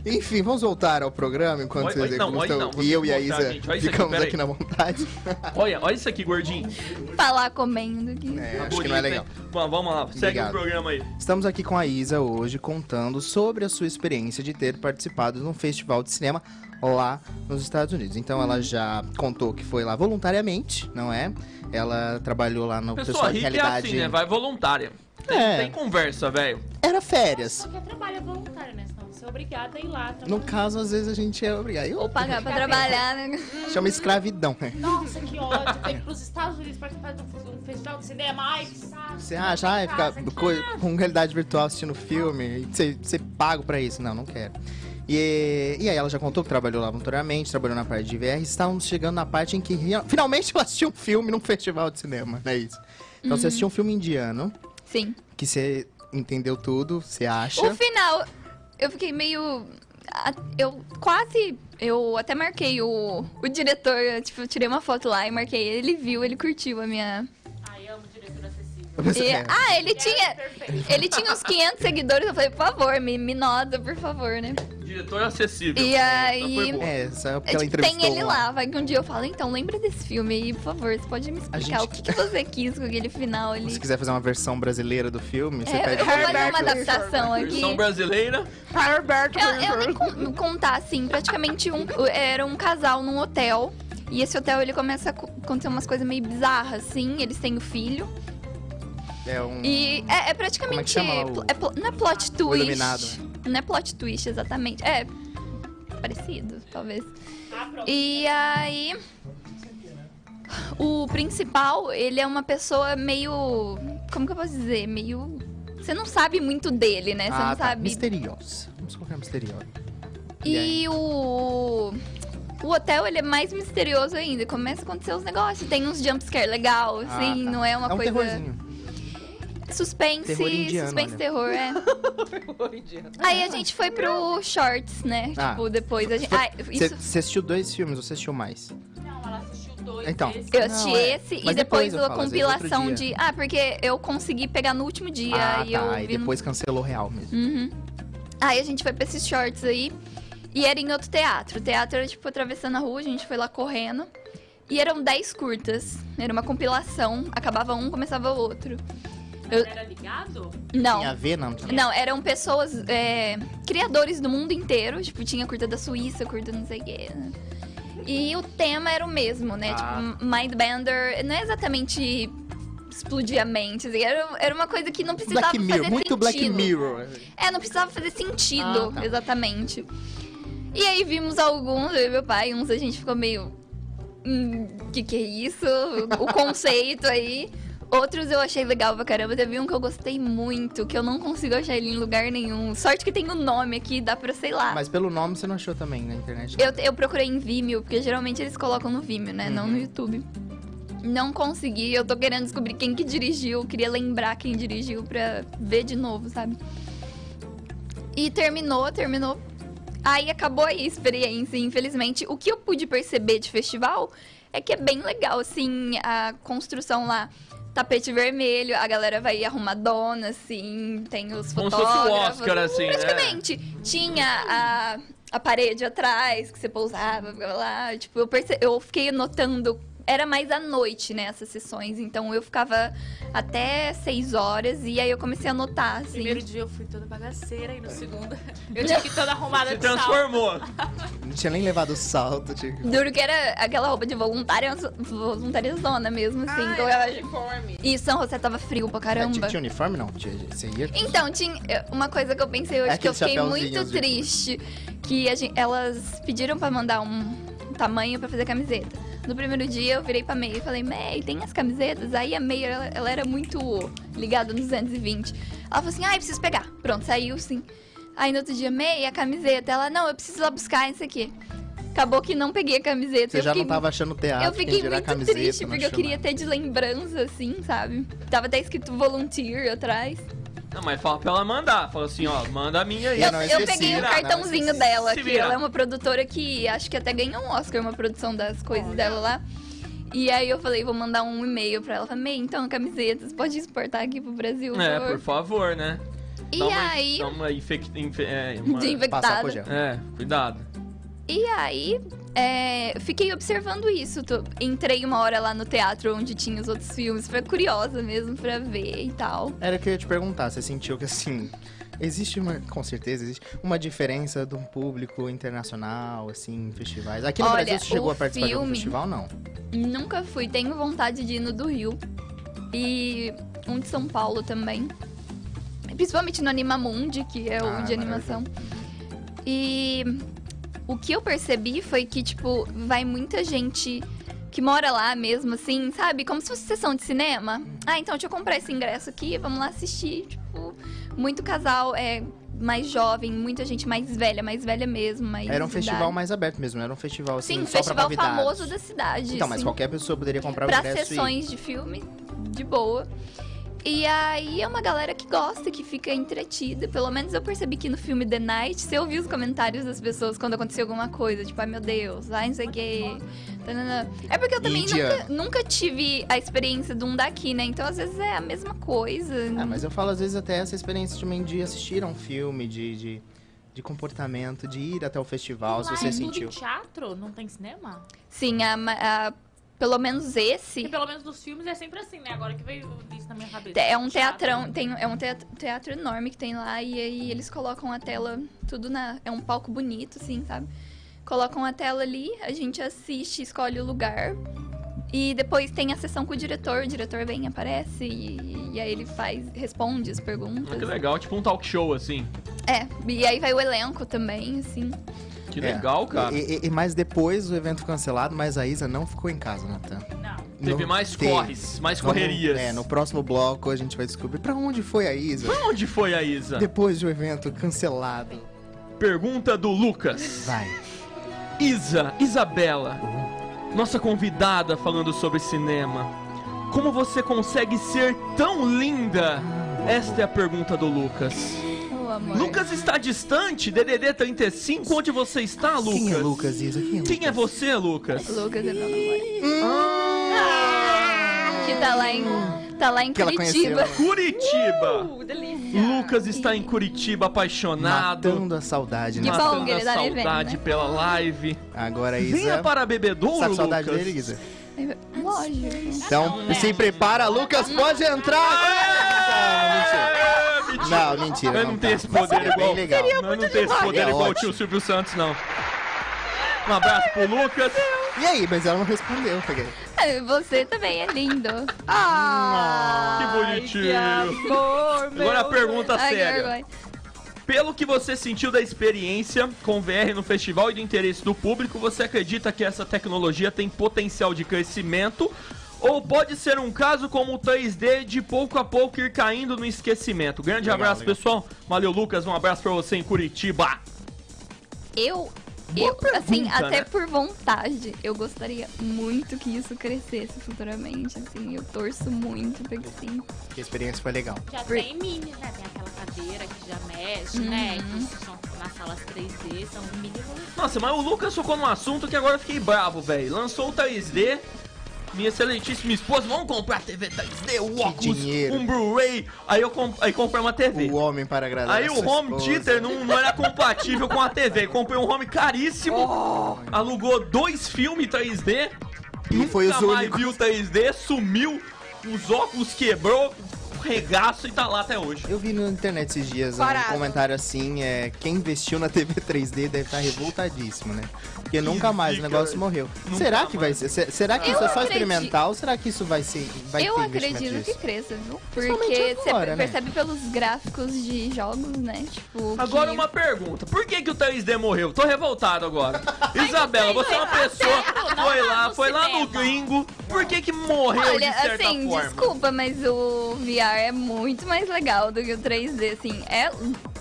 Enfim, vamos voltar ao programa enquanto
Oi,
vocês
oi, não, oi,
degustam.
não.
E eu e a
Vamos voltar,
Isa
gente. Olha isso aqui,
ficamos
peraí.
aqui
[LAUGHS]
na vontade.
Olha, olha isso aqui, gordinho.
[LAUGHS] Falar comendo aqui.
É, acho que não é legal.
Bom, vamos lá, segue
Obrigado.
o programa aí.
Estamos aqui com a Isa hoje contando sobre a sua experiência de ter participado de um festival de cinema lá nos Estados Unidos. Então
Hum.
ela já contou que foi lá voluntariamente, não é? Ela trabalhou lá no
Pessoa
pessoal de
rica é
realidade.
assim, né? Vai voluntária. Tem,
É.
tem conversa, velho.
Era férias.
Só que trabalho é voluntário, né? Senão você é obrigada a ir lá.
No
trabalhar.
caso, às vezes a gente é obrigado. Eu-
Ou pagar pra trabalhar, né?
Chama escravidão. né?
Nossa, que ódio. Tem que ir pros Estados Unidos participar de um festival de cinema. Ai, que saco.
Você acha, ai, ficar co- com realidade virtual assistindo filme, e você você pago pra isso. Não, não quero. E, e aí ela já contou que trabalhou lá voluntariamente, trabalhou na parte de VR, estávamos chegando na parte em que real- finalmente ela assistiu um filme num [LAUGHS] festival de cinema, não é isso? Então
Uhum.
você assistiu um filme indiano,
Sim.
que você entendeu tudo, você acha.
O final, eu fiquei meio. a- Eu quase. Eu até marquei o, o diretor, eu, tipo, eu tirei uma foto lá e marquei ele, ele viu, ele curtiu a minha.
Ai, amo diretor acessível.
Eu pensei,
E-
é,
ah, ele tinha.
Perfeito.
Ele tinha uns 500 seguidores, eu falei, por favor, me, me nota, por favor, né?
Diretor acessível.
E
Essa
aí-
foi boa.
é, essa é
É,
porque ela
tipo, tem
entrevistou.
ele lá, vai que um dia eu falo, então lembra desse filme aí, por favor, você pode me explicar
gente-
o que, que você quis com aquele final ali.
Se quiser fazer uma versão brasileira do filme, você
É,
pede
eu vou fazer uma
Herbert Wilson.
adaptação aqui.
Versão brasileira.
é- Herbert
Eu, eu nem con- contar, assim, praticamente um, era um casal num hotel. E esse hotel, ele começa a co- acontecer umas coisas meio bizarras, assim. Eles têm o filho.
É um...
E é, é praticamente...
Como é que chama lá o-
pl- é pl- não é plot twist.
iluminado. né?
Não é plot twist, exatamente. É parecido, talvez.
Ah, pronto.
E aí... O principal, ele é uma pessoa meio... Como que eu posso dizer? Meio... Você não sabe muito dele, né? Você
ah,
não
tá.
sabe...
Misteriosa. Vamos colocar misteriosa.
E o. O hotel, ele é mais misterioso ainda. Começa a acontecer os negócios. Tem uns jumpscare legal,
Ah,
assim.
tá.
Não é uma
é um
coisa.
terrorzinho.
Suspense,
Terror indiano,
suspense
olha.
terror, é. Aí a gente foi pro shorts, né?
Ah.
Tipo, depois a gente. Ah,
Você
isso.
você assistiu dois filmes, você assistiu mais.
Não, ela assistiu dois.
Então.
esse.
Eu assisti
Não, é.
esse e
Mas
depois,
depois eu
a
falo, às vezes outro
compilação
dia.
de. Ah, porque eu consegui pegar no último dia
ah,
e eu
tá. E
vi no
depois cancelou real mesmo.
Uhum. Aí a gente foi pra esses shorts aí. E era em outro teatro. O teatro era, tipo, atravessando a rua, a gente foi lá correndo. E eram 10 curtas. Era uma compilação. Acabava um, começava o outro. Eu-
Era ligado?
Tinha a
Não.
ver, não?
Não, eram pessoas, é, criadores do mundo inteiro. Tipo, tinha curta da Suíça, curta não sei o quê. né? E o tema era o mesmo, né?
Ah.
Tipo, Mindbender. Não é exatamente explodir a mente. assim, Era, era uma coisa que não precisava
Black Mirror.
fazer
Muito Black
sentido.
Mirror.
É, não precisava fazer sentido,
Ah, tá.
exatamente. E aí vimos alguns, eu e meu pai, uns a gente ficou meio. Hum, que que é isso? O conceito aí. Outros eu achei legal pra caramba. Teve um que eu gostei muito, que eu não consigo achar ele em lugar nenhum. Sorte que tem o nome aqui, dá pra, sei lá.
Mas pelo nome você não achou também na internet?
Eu, eu procurei em Vimeo, porque geralmente eles colocam no Vimeo, né? Não
Uhum.
no YouTube. Não consegui, eu tô querendo descobrir quem que dirigiu, queria lembrar quem dirigiu pra ver de novo, sabe? E terminou, terminou. Aí acabou aí a experiência, infelizmente. O que eu pude perceber de festival é que é bem legal, assim, a construção lá. Tapete vermelho, a galera vai arrumadona, assim, tem os
Como se
fotógrafos.
fosse o Oscar, assim, né?
Praticamente. Tinha a, a parede atrás que você pousava, blá, blá, blá. Tipo, eu, perce... eu fiquei notando. Era mais à noite, né, essas sessões. Então eu ficava até seis horas e aí eu comecei a notar, assim.
Primeiro dia eu fui toda bagaceira e no segundo [LAUGHS] eu tive que ir toda arrumada
Se
de sal.
transformou.
Não tinha nem levado o salto. É, Tinha...
Duro que era aquela roupa de voluntária, voluntária zona mesmo,
Ah,
assim.
é.
então eu-
uniforme.
E São José tava frio pra
É,
caramba.
tinha, tinha uniforme, não? Tinha, você ia...
Então, tinha eh, uma coisa que eu pensei hoje
É
que eu
aquele
fiquei muito
chapéuzinho de-
triste. Que a gen- elas pediram pra mandar um tamanho pra fazer camiseta. No primeiro dia eu virei pra May e falei, May, tem as camisetas? Aí a May, ela, ela era muito ligada no 220. Ela falou assim, ai, preciso pegar. Pronto, saiu sim. Aí no outro dia, May, a camiseta. Ela, não, eu preciso ir lá buscar isso aqui. Acabou que não peguei a camiseta.
Você
eu
já
fiquei
não tava achando teatro,
eu fiquei
quem dirá
muito
camiseta,
triste,
não
porque eu
achou
queria ter de lembrança, assim, sabe? Tava até escrito volunteer atrás.
Não, mas fala pra ela mandar. Fala assim, ó, manda a minha aí.
Eu
Eu,
não
eu
esqueci,
peguei o
não,
cartãozinho
não,
dela
né? se
aqui.
vira.
Ela é uma produtora que acho que até ganhou um Oscar, uma produção das coisas dela lá. E aí eu falei, vou mandar um e-mail pra ela. Falei, "Mei, então, camisetas, pode exportar aqui pro Brasil, por
É,
favor?"
por favor, né?
E
Dá uma-
aí,
dá uma infec... infe- é, uma-
de
nada. Passar
infectada.
por gel.
É, cuidado.
E aí, é, eu fiquei observando isso. Tô- entrei uma hora lá no teatro onde tinha os outros filmes. Foi curiosa mesmo pra ver e tal.
Era o que eu ia te perguntar, você sentiu que assim... Existe uma, com certeza, existe uma diferença de um público internacional, assim, em festivais. Aqui no
Olha,
Brasil você chegou
o
a participar de um
filme-
festival, não?
Nunca fui, tenho vontade de ir no do Rio. E um de São Paulo também. Principalmente no Animamundi, que é o
Ah,
de animação. E o que eu percebi foi que, tipo, vai muita gente que mora lá mesmo, assim, sabe? Como se fosse sessão de cinema.
Uhum.
Ah, então deixa eu comprar esse ingresso aqui, vamos lá assistir. Tipo, muito casal é mais jovem, muita gente mais velha, mais velha mesmo. Mais
Era um
idade.
festival mais aberto mesmo, não era um festival assim,
Sim,
só pra
festival
convidados.
famoso da cidade. assim.
Então, mas
sim
qualquer pessoa poderia comprar o
para
ingresso e ir.
sessões de filme de boa. E aí é uma galera que gosta, que fica entretida. Pelo menos eu percebi que no filme The Night, você ouvia os comentários das pessoas quando acontecia alguma coisa, tipo, ai meu Deus, ai não sei o quê. tanana. É porque eu também
Índia.
nunca, nunca tive a experiência de um daqui, né? Então às vezes é a mesma coisa.
Ah, mas eu falo às vezes até essa experiência também de assistir a um filme, de, de, de comportamento, de ir até o festival, se
Lá
você
é
sentiu.
tudo em teatro? Não tem cinema?
Sim, a ma- a- pelo menos
E
esse
pelo menos nos filmes é sempre assim, né? Agora que veio isso na minha cabeça.
é um
Teatro.
né?
teatrão, tem, é um teatro, teatro enorme que tem lá e aí eles colocam a tela tudo na, é um palco bonito assim, sabe? Colocam a tela ali, a gente assiste, escolhe o lugar e depois tem a sessão com o diretor, o diretor vem, aparece e, e aí ele faz, responde as perguntas.
Que legal, tipo um talk show, assim.
É, e aí vai o elenco também, assim.
Que
É.
legal, cara.
E, e- e mais depois o evento cancelado, mas a Isa não ficou em casa, Natan.
né? Não.
Teve
Não
mais
teve.
corres, mais
Vamos-
correrias.
É, no próximo bloco a gente vai descobrir pra onde foi a Isa
Pra onde foi a Isa?
depois do evento cancelado.
Pergunta do Lucas.
Vai.
Isa, Isabela, nossa convidada falando sobre cinema. Como você consegue ser tão linda? Esta é a pergunta do Lucas.
O Oh, amor.
Lucas está distante, DDD 35, onde você está, Lucas?
Quem é Lucas, Isa? Quem é,
Quem é
Lucas?
você, Lucas?
Lucas é meu namorado.
Ah!
Que tá lá em, tá lá em
Que ela
Curitiba.
conheceu.
Curitiba!
Uh, delícia.
Lucas está em Curitiba apaixonado,
Matando a saudade,
Que
né?
bom que
matando
ele
a
tá me vendo, né?
saudade pela live.
Agora a
Venha
Isa.
para bebedouro, Lucas. é.
é. Sabe saudade dele, Isa?
[LAUGHS] Lógico.
Então,
né?
se prepara, Lucas, pode entrar!
É,
Não,
mentira.
mentira. Não, mentira.
Eu não tenho esse
tá.
poder
Seria
igual.
bem legal.
Eu não tenho esse poder
É
igual o
ótimo.
tio Silvio Santos, não. Um abraço pro Lucas.
E aí, mas ela não respondeu, peguei.
Ah, Você também é lindo.
Que bonitinho.
amor, meu
Agora a pergunta
Ai, que
séria.
vergonha.
Pelo que você sentiu da experiência com VR no festival e do interesse do público, você acredita que essa tecnologia tem potencial de crescimento? Ou pode ser um caso como o 3D de pouco a pouco ir caindo no esquecimento? Grande
Legal,
abraço,
legal.
pessoal. Valeu, Lucas. Um abraço pra você em Curitiba.
Eu,
Boa
eu assim,
pergunta,
até
né?
por vontade, eu gostaria muito que isso crescesse futuramente, assim, eu torço muito pra que sim.
Que a experiência foi legal.
Já
Pre-
tem mini, né? Tem aquela cadeira que já mexe, né?
Uhum.
Que são nas salas 3D, são um mini evoluções.
Nossa, mas o Lucas focou num assunto que agora eu fiquei bravo, velho. Lançou o 3D. Minha excelentíssima esposa, vamos comprar TV 3D, o óculos,
dinheiro.
um Blu-ray. Aí eu comp aí comprei uma TV.
O homem para agradar.
Aí
a
o
sua
home
esposa.
theater não, não era compatível com a TV. Comprei um home caríssimo, alugou dois filmes 3D.
E foi os
nunca mais viu
únicos.
3D, sumiu, os óculos quebrou, regaço e tá lá até hoje.
Eu vi na internet esses dias um
Parado.
comentário assim, é, quem investiu na TV 3D deve estar revoltadíssimo, né? Porque nunca mais o
zica, velho.
negócio morreu.
Nunca
será que vai
mais.
ser? se- Será que
Eu
isso é só
acredito-
experimental ou será que isso vai ser vai
eu
ter
acredito
investimento
que
disso?
cresça, viu? Porque
Principalmente
você
agora, né?
percebe pelos gráficos de jogos, né? Tipo,
Agora
que-
uma pergunta. Por que, que o 3D morreu? Tô revoltado agora. Isabela, você é uma pessoa que
não
foi
tá
lá,
no
foi lá no
cinema.
gringo. Por que que morreu
Olha,
de certa
assim,
forma?
desculpa, mas o VR é muito mais legal do que o 3D, assim. É,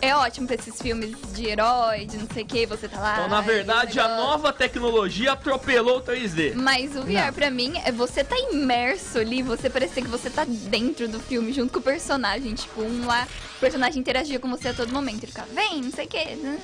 é ótimo pra esses filmes de herói, de não sei o que, você tá lá.
Então, na
ai,
verdade, a
negócio.
nova tecnologia atropelou o 3D.
Mas o VR
Não.
pra mim é você tá imerso ali, você parecer que você tá dentro do filme junto com o personagem. Tipo, um lá, o personagem interagia com você a todo momento. Ele ficava, vem, não sei o quê. né?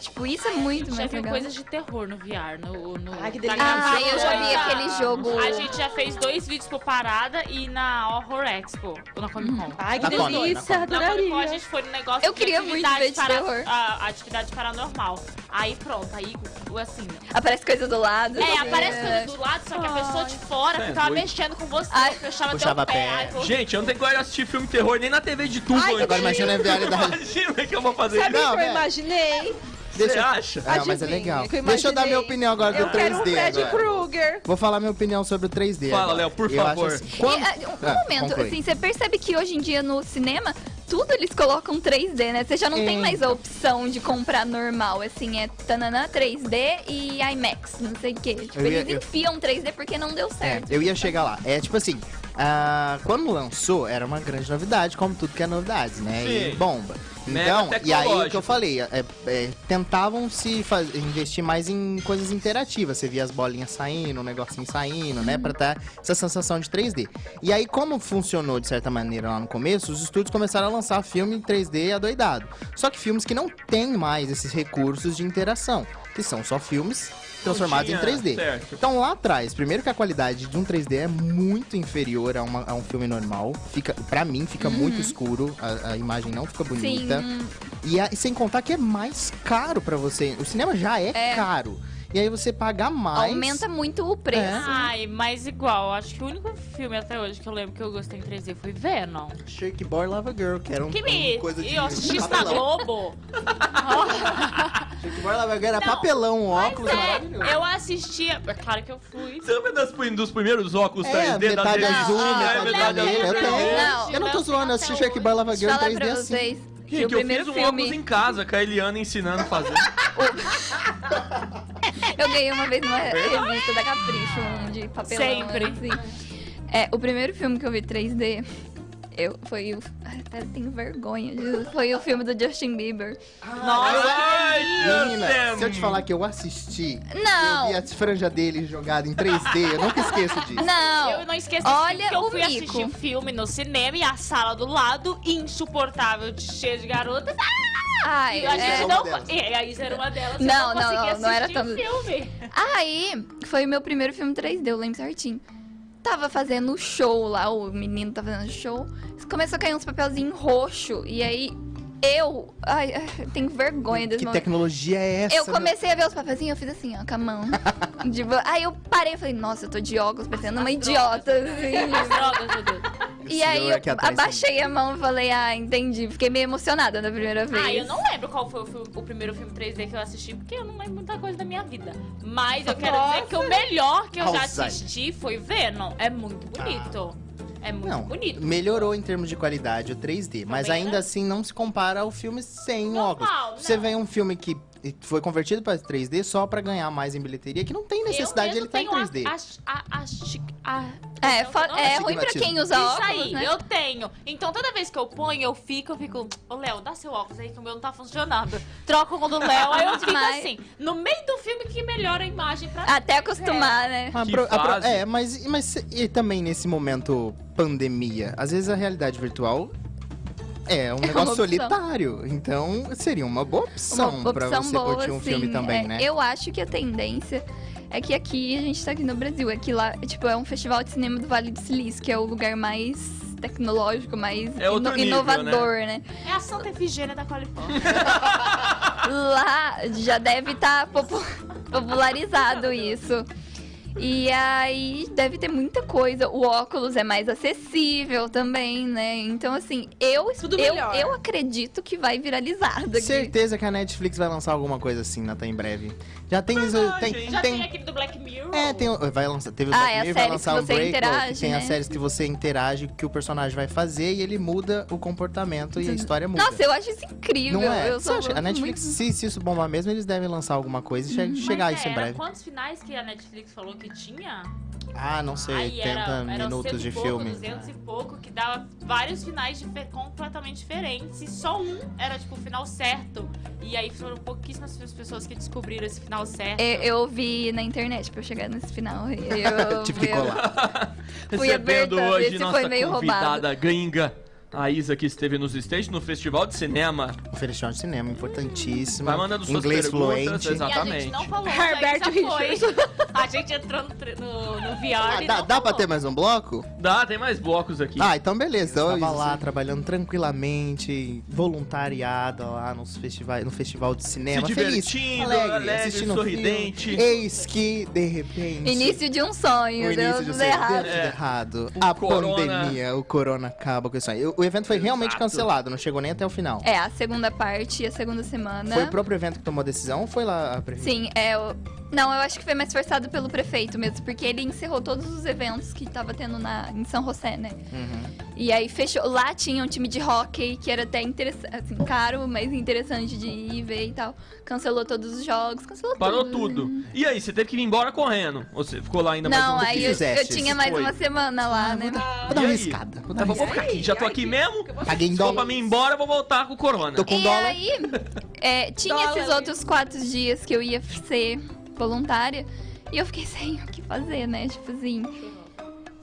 Tipo, isso é muito
Já
mais
viu
legal.
coisas de terror no VR, no... no
Ai, que
na
delícia.
Galáxia
Ah, eu já vi
Horror.
aquele jogo.
A gente já fez dois vídeos pro Parada e na Horror Expo, ou na Comic
Uhum.
Con.
Ai, que
Na Comic, na
delícia,
Comic.
Na Comic Con a
adoraria.
gente foi no negócio
Eu queria muito
atividade
ver de
para-
terror.
a- atividade paranormal. Aí pronto, aí o- assim.
Aparece coisa do lado. né?
É,
você-
aparece coisa do lado, só que a pessoa de fora
Cê é
ficava
doido.
mexendo com você,
Ai.
fechava
Puxava
teu pé.
pé.
Ai, foi
Gente, eu não tenho coragem de assistir filme de terror nem na TV de tubo.
Ai, que
ainda.
Agora imagina a
[LAUGHS]
realidade.
[LAUGHS] Imagina é que eu vou fazer
Sabe
isso.
o
Não,
que eu
né?
imaginei?
Você acha?
Ah, mas é
Adivinha,
legal.
que eu
Deixa eu dar minha
imaginei.
opinião agora
Eu
do
quero
3D.
um Fred
agora.
Krueger.
Vou falar minha opinião sobre o 3D.
Fala,
agora.
Léo, por
Eu acho
favor.
assim,
E,
quando-
ah, um
Ah,
momento,
conclui.
assim, você percebe que hoje em dia no cinema, tudo eles colocam 3D, né? Você já não tem
Sim.
mais a opção de comprar normal, assim, é tananã 3D e IMAX, não sei o quê. Tipo,
Eu ia-
eles
eu-
enfiam 3D porque não deu
É,
certo.
eu ia chegar lá. É tipo assim, ah, quando lançou, era uma grande novidade, como tudo que é novidade, né? E
Sim.
bomba.
Mega
Então, e aí o que
tecnológico.
eu falei, é- é, tentavam se faz- investir mais em coisas interativas. Você via as bolinhas saindo, o negocinho saindo, né? Pra dar essa sensação de 3D. E aí, como funcionou de certa maneira lá no começo, os estúdios começaram a lançar filme em 3D adoidado. Só que filmes que não têm mais esses recursos de interação, que são só filmes transformados
tinha,
em 3D.
certo.
Então lá atrás, primeiro que a qualidade de um 3D é muito inferior a, uma- a um filme normal. Fica, para mim, fica
Uhum.
muito escuro, a, a imagem não fica bonita.
Sim,
E, a- e sem contar que é mais caro pra você. O cinema já é,
É.
caro. E aí você pagar mais.
aumenta muito o preço.
Ai, mas igual, acho que o único filme até hoje que eu lembro que eu gostei em 3D foi Venom.
Shake Boy Lava Girl, que era um,
Que me...
um coisa de
E eu assisti isso na
papelão.
Globo.
Shake Boy Lava Girl era
Não,
papelão, um óculos maravilhoso.
É, eu assistia... É claro que eu fui.
Você lembra das prim- dos primeiros óculos
É,
3D da
metade
Disney?
azul,
É,
metade
não,
vermelha. Eu
não,
tenho.
não,
eu não tô
não,
zoando, eu
não,
assisti
até
Shake Boy Lava Girl em
Falar
3D
pra
assim.
vocês que o
Gente, eu fiz
primeiro
um
filme
óculos em casa com a Eliana ensinando a
[LAUGHS]
fazer.
[LAUGHS] eu ganhei uma vez numa revista da Capricho, um de papelão.
Sempre.
assim. É, o primeiro filme que eu vi 3D eu, foi o... Ai, até tenho vergonha disso. Foi o filme do Justin Bieber.
Ai,
Menina,
Justin!
se eu te falar que eu assisti,
Não.
eu vi assim. a franja dele jogada em 3D, eu nunca esqueço disso.
Não!
Eu não esqueço
Olha
que eu
o
fui
mico.
assistir um filme no cinema e a sala do lado, insuportável, de- cheia de garotas.
Ai,
E a gente
é.
era uma
não.
delas.
E a Isa era uma delas.
Não,
eu
não,
conseguia
não, não era
assistir o filme.
Aí, foi o meu primeiro filme 3D, eu lembro certinho. Tava fazendo show lá, o menino tava fazendo show. Começou a cair uns papelzinhos roxo. E aí, eu. Ai, ai, eu tenho vergonha desse
Que
momento.
tecnologia é essa?
Eu
meu
comecei a ver os papelzinhos, eu fiz assim, ó, com a mão. [LAUGHS] De boa. aí eu parei e falei, nossa, eu tô de óculos, parecendo uma idiota.
[LAUGHS]
assim.
As drogas, meu Deus.
E aí
senhor
eu
aqui atrás
abaixei a mão e falei, ah, entendi. Fiquei meio emocionada da primeira vez.
Ah, eu não lembro qual foi o, filme- o primeiro filme 3D que eu assisti, porque eu não lembro muita coisa da minha vida. Mas eu quero dizer que o melhor que eu já
Alzheimer.
assisti foi Venom. É muito bonito. É muito
Não,
bonito.
melhorou em termos de qualidade o 3D, mas
Também,
ainda
né?
assim não se compara ao filme sem o
Normal,
óculos.
não.
Você vê um filme que foi convertido para 3D só pra ganhar mais em bilheteria, que não tem necessidade de ele
tá
eu mesmo
estar em
tenho a-
3D.
A, a, a, chi- a-
É,
como
fa-
que o nome?
é ruim pra
Astigmatismo.
quem usa
Isso
óculos,
aí,
né?
eu tenho. Então toda vez que eu ponho, eu fico, eu fico, ô Léo, dá seu óculos aí que o meu não tá funcionando. Troco com o do Léo, aí eu fico
Mas- Ah.
assim, no meio do filme que melhora a imagem pra
Até acostumar, né?
A
Que
a
fase.
é, mas, mas e também nesse momento pandemia, às vezes a realidade virtual
[LAUGHS]
é um negócio
opção.
solitário. Então seria uma boa opção,
Uma
pra
opção
você
boa,
curtir um
assim,
filme também,
é.
né?
Eu acho que a tendência é que aqui, a gente tá aqui no Brasil, é que lá, tipo, é um festival de cinema do Vale do Silício, que é o lugar mais tecnológico, mais
É outro nível,
inovador, né?
É a Santa Efigênia da Califórnia.
Lá já deve estar popularizado isso. E aí deve ter muita coisa. O óculos é mais acessível também, né? Então, assim, eu,
Tudo
eu,
melhor.
eu acredito que vai viralizar daqui.
Certeza que a Netflix vai lançar alguma coisa assim, Nata, em breve. Já tem,
Verdade,
tem,
Já tem...
tem
aquele do Black Mirror.
É, tem, o- vai lançar, teve o
Ah,
Black
é as
Mirror, vai
séries
lançar
que
o
você
Breaking,
interage,
tem as
né?
séries que você interage, que o personagem vai fazer e ele muda o comportamento e a história muda.
Nossa, eu acho isso incrível.
não é?
Eu
Você
sou
acha? A Netflix, se, se isso bombar mesmo, eles devem lançar alguma coisa e che-
Mas
chegar a
é,
isso em
era
breve.
Quantos finais que a Netflix falou que tinha?
Ah, não sei,
Aí
80
era, era
minutos
100
de
e assim. pouco,
filme. [LAUGHS]
200 e pouco, que dava vários finais dife- completamente diferentes. E só um era, tipo, o final certo. E aí foram pouquíssimas pessoas que descobriram esse final certo.
Eu, É, eu vi na internet pra eu chegar nesse final. Eu
[LAUGHS] Tive que
eu-
colar.
[LAUGHS]
Fui
Recebendo
aberta,
hoje
esse
nossa
foi meio
convidada
roubado.
gringa, a Isa, que esteve nos States no Festival de Cinema.
O Festival de Cinema, importantíssimo.
Vai mandando suas
Inglês
perguntas,
fluente. Ah,
E a
exatamente.
gente não [LAUGHS] falou isso,
Herbert
a Isa foi. [LAUGHS] A gente entrou no, tre- no, no VR
Ah,
e
dá,
não
dá pra
falou.
ter mais um bloco?
Dá, tem mais blocos aqui.
Ah, então beleza. Então,
Eu
eu
tava
tava
lá
lá trabalhando tranquilamente, voluntariada lá nos festivais, no festival de cinema.
Se divertindo,
feliz, alegre,
alegre,
assistindo um
sorridente.
Filme. Eis que, de repente.
Início de um sonho,
o
deu
início de
tudo
um errado.
errado.
É.
errado.
O
a
corona-
pandemia, o corona acaba com isso aí. O, o evento foi realmente
Exato.
cancelado, não chegou nem até o final.
É, a segunda parte e a segunda semana.
Foi o próprio evento que tomou a decisão ou foi lá a prefeitura?
Sim, é o- Não, eu acho que foi mais forçado pelo prefeito mesmo, porque ele encerrou todos os eventos que tava tendo na, em São José, né? E aí fechou. Lá tinha um time de hockey que era até interessante, assim, caro, mas interessante de ir ver e tal. Cancelou todos os jogos, cancelou
Parou
tudo.
tudo. E aí, você teve que ir embora correndo? Ou você ficou lá ainda mais um
Não,
pouquinho?
aí eu, eu
fizesse?
tinha mais
Foi.
uma semana lá, né?
Ah,
Vou dar
E
uma
aí? Tá
riscada. Vou dar
Eu
uma
vou
riscada.
ficar aqui, já tô aqui mesmo.
Caguei em
Se for
dólar.
pra mim ir embora, eu vou voltar com o corona.
Tô com
e
dólar.
aí, é, tinha
Dólar,
esses
né?
outros quatro dias que eu ia ser voluntária e eu fiquei [LAUGHS] sem o que fazer, né? Tipo assim.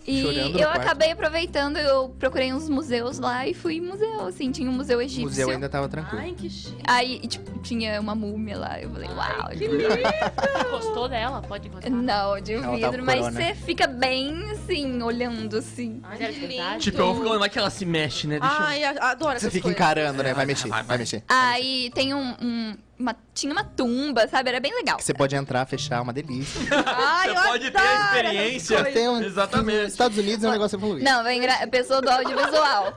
E
Chorando no
eu
quarto.
acabei aproveitando, eu procurei uns museus lá e fui em museu, assim, tinha um museu
O
egípcio.
museu ainda tava tranquilo.
Ai, que chique.
Aí, e, tipo, tinha uma múmia lá, eu falei, uau, de
Gostou dela? Pode gostar.
Não, de
Ela tá
um
tava
vidro,
com
mas
corona.
você fica bem assim, olhando assim.
Mas era de verdade?
Tipo, eu fico lá que ela se mexe, né? Deixa
Ai, a- adoro
Você
essas
fica
coisas.
encarando, né? Vai
É, Vai,
mexer,
vai,
vai,
vai.
mexer.
Aí tem um. um- uma- tinha uma tumba, sabe? Era bem legal.
Que você pode entrar, fechar, é uma delícia.
[LAUGHS]
Ai,
eu...
eu
Você pode ter
adoro
a
essas
experiência.
coisas.
Tem um-
Exatamente.
Estados Unidos é um negócio evoluído.
Não, vem gra... pessoa do audiovisual.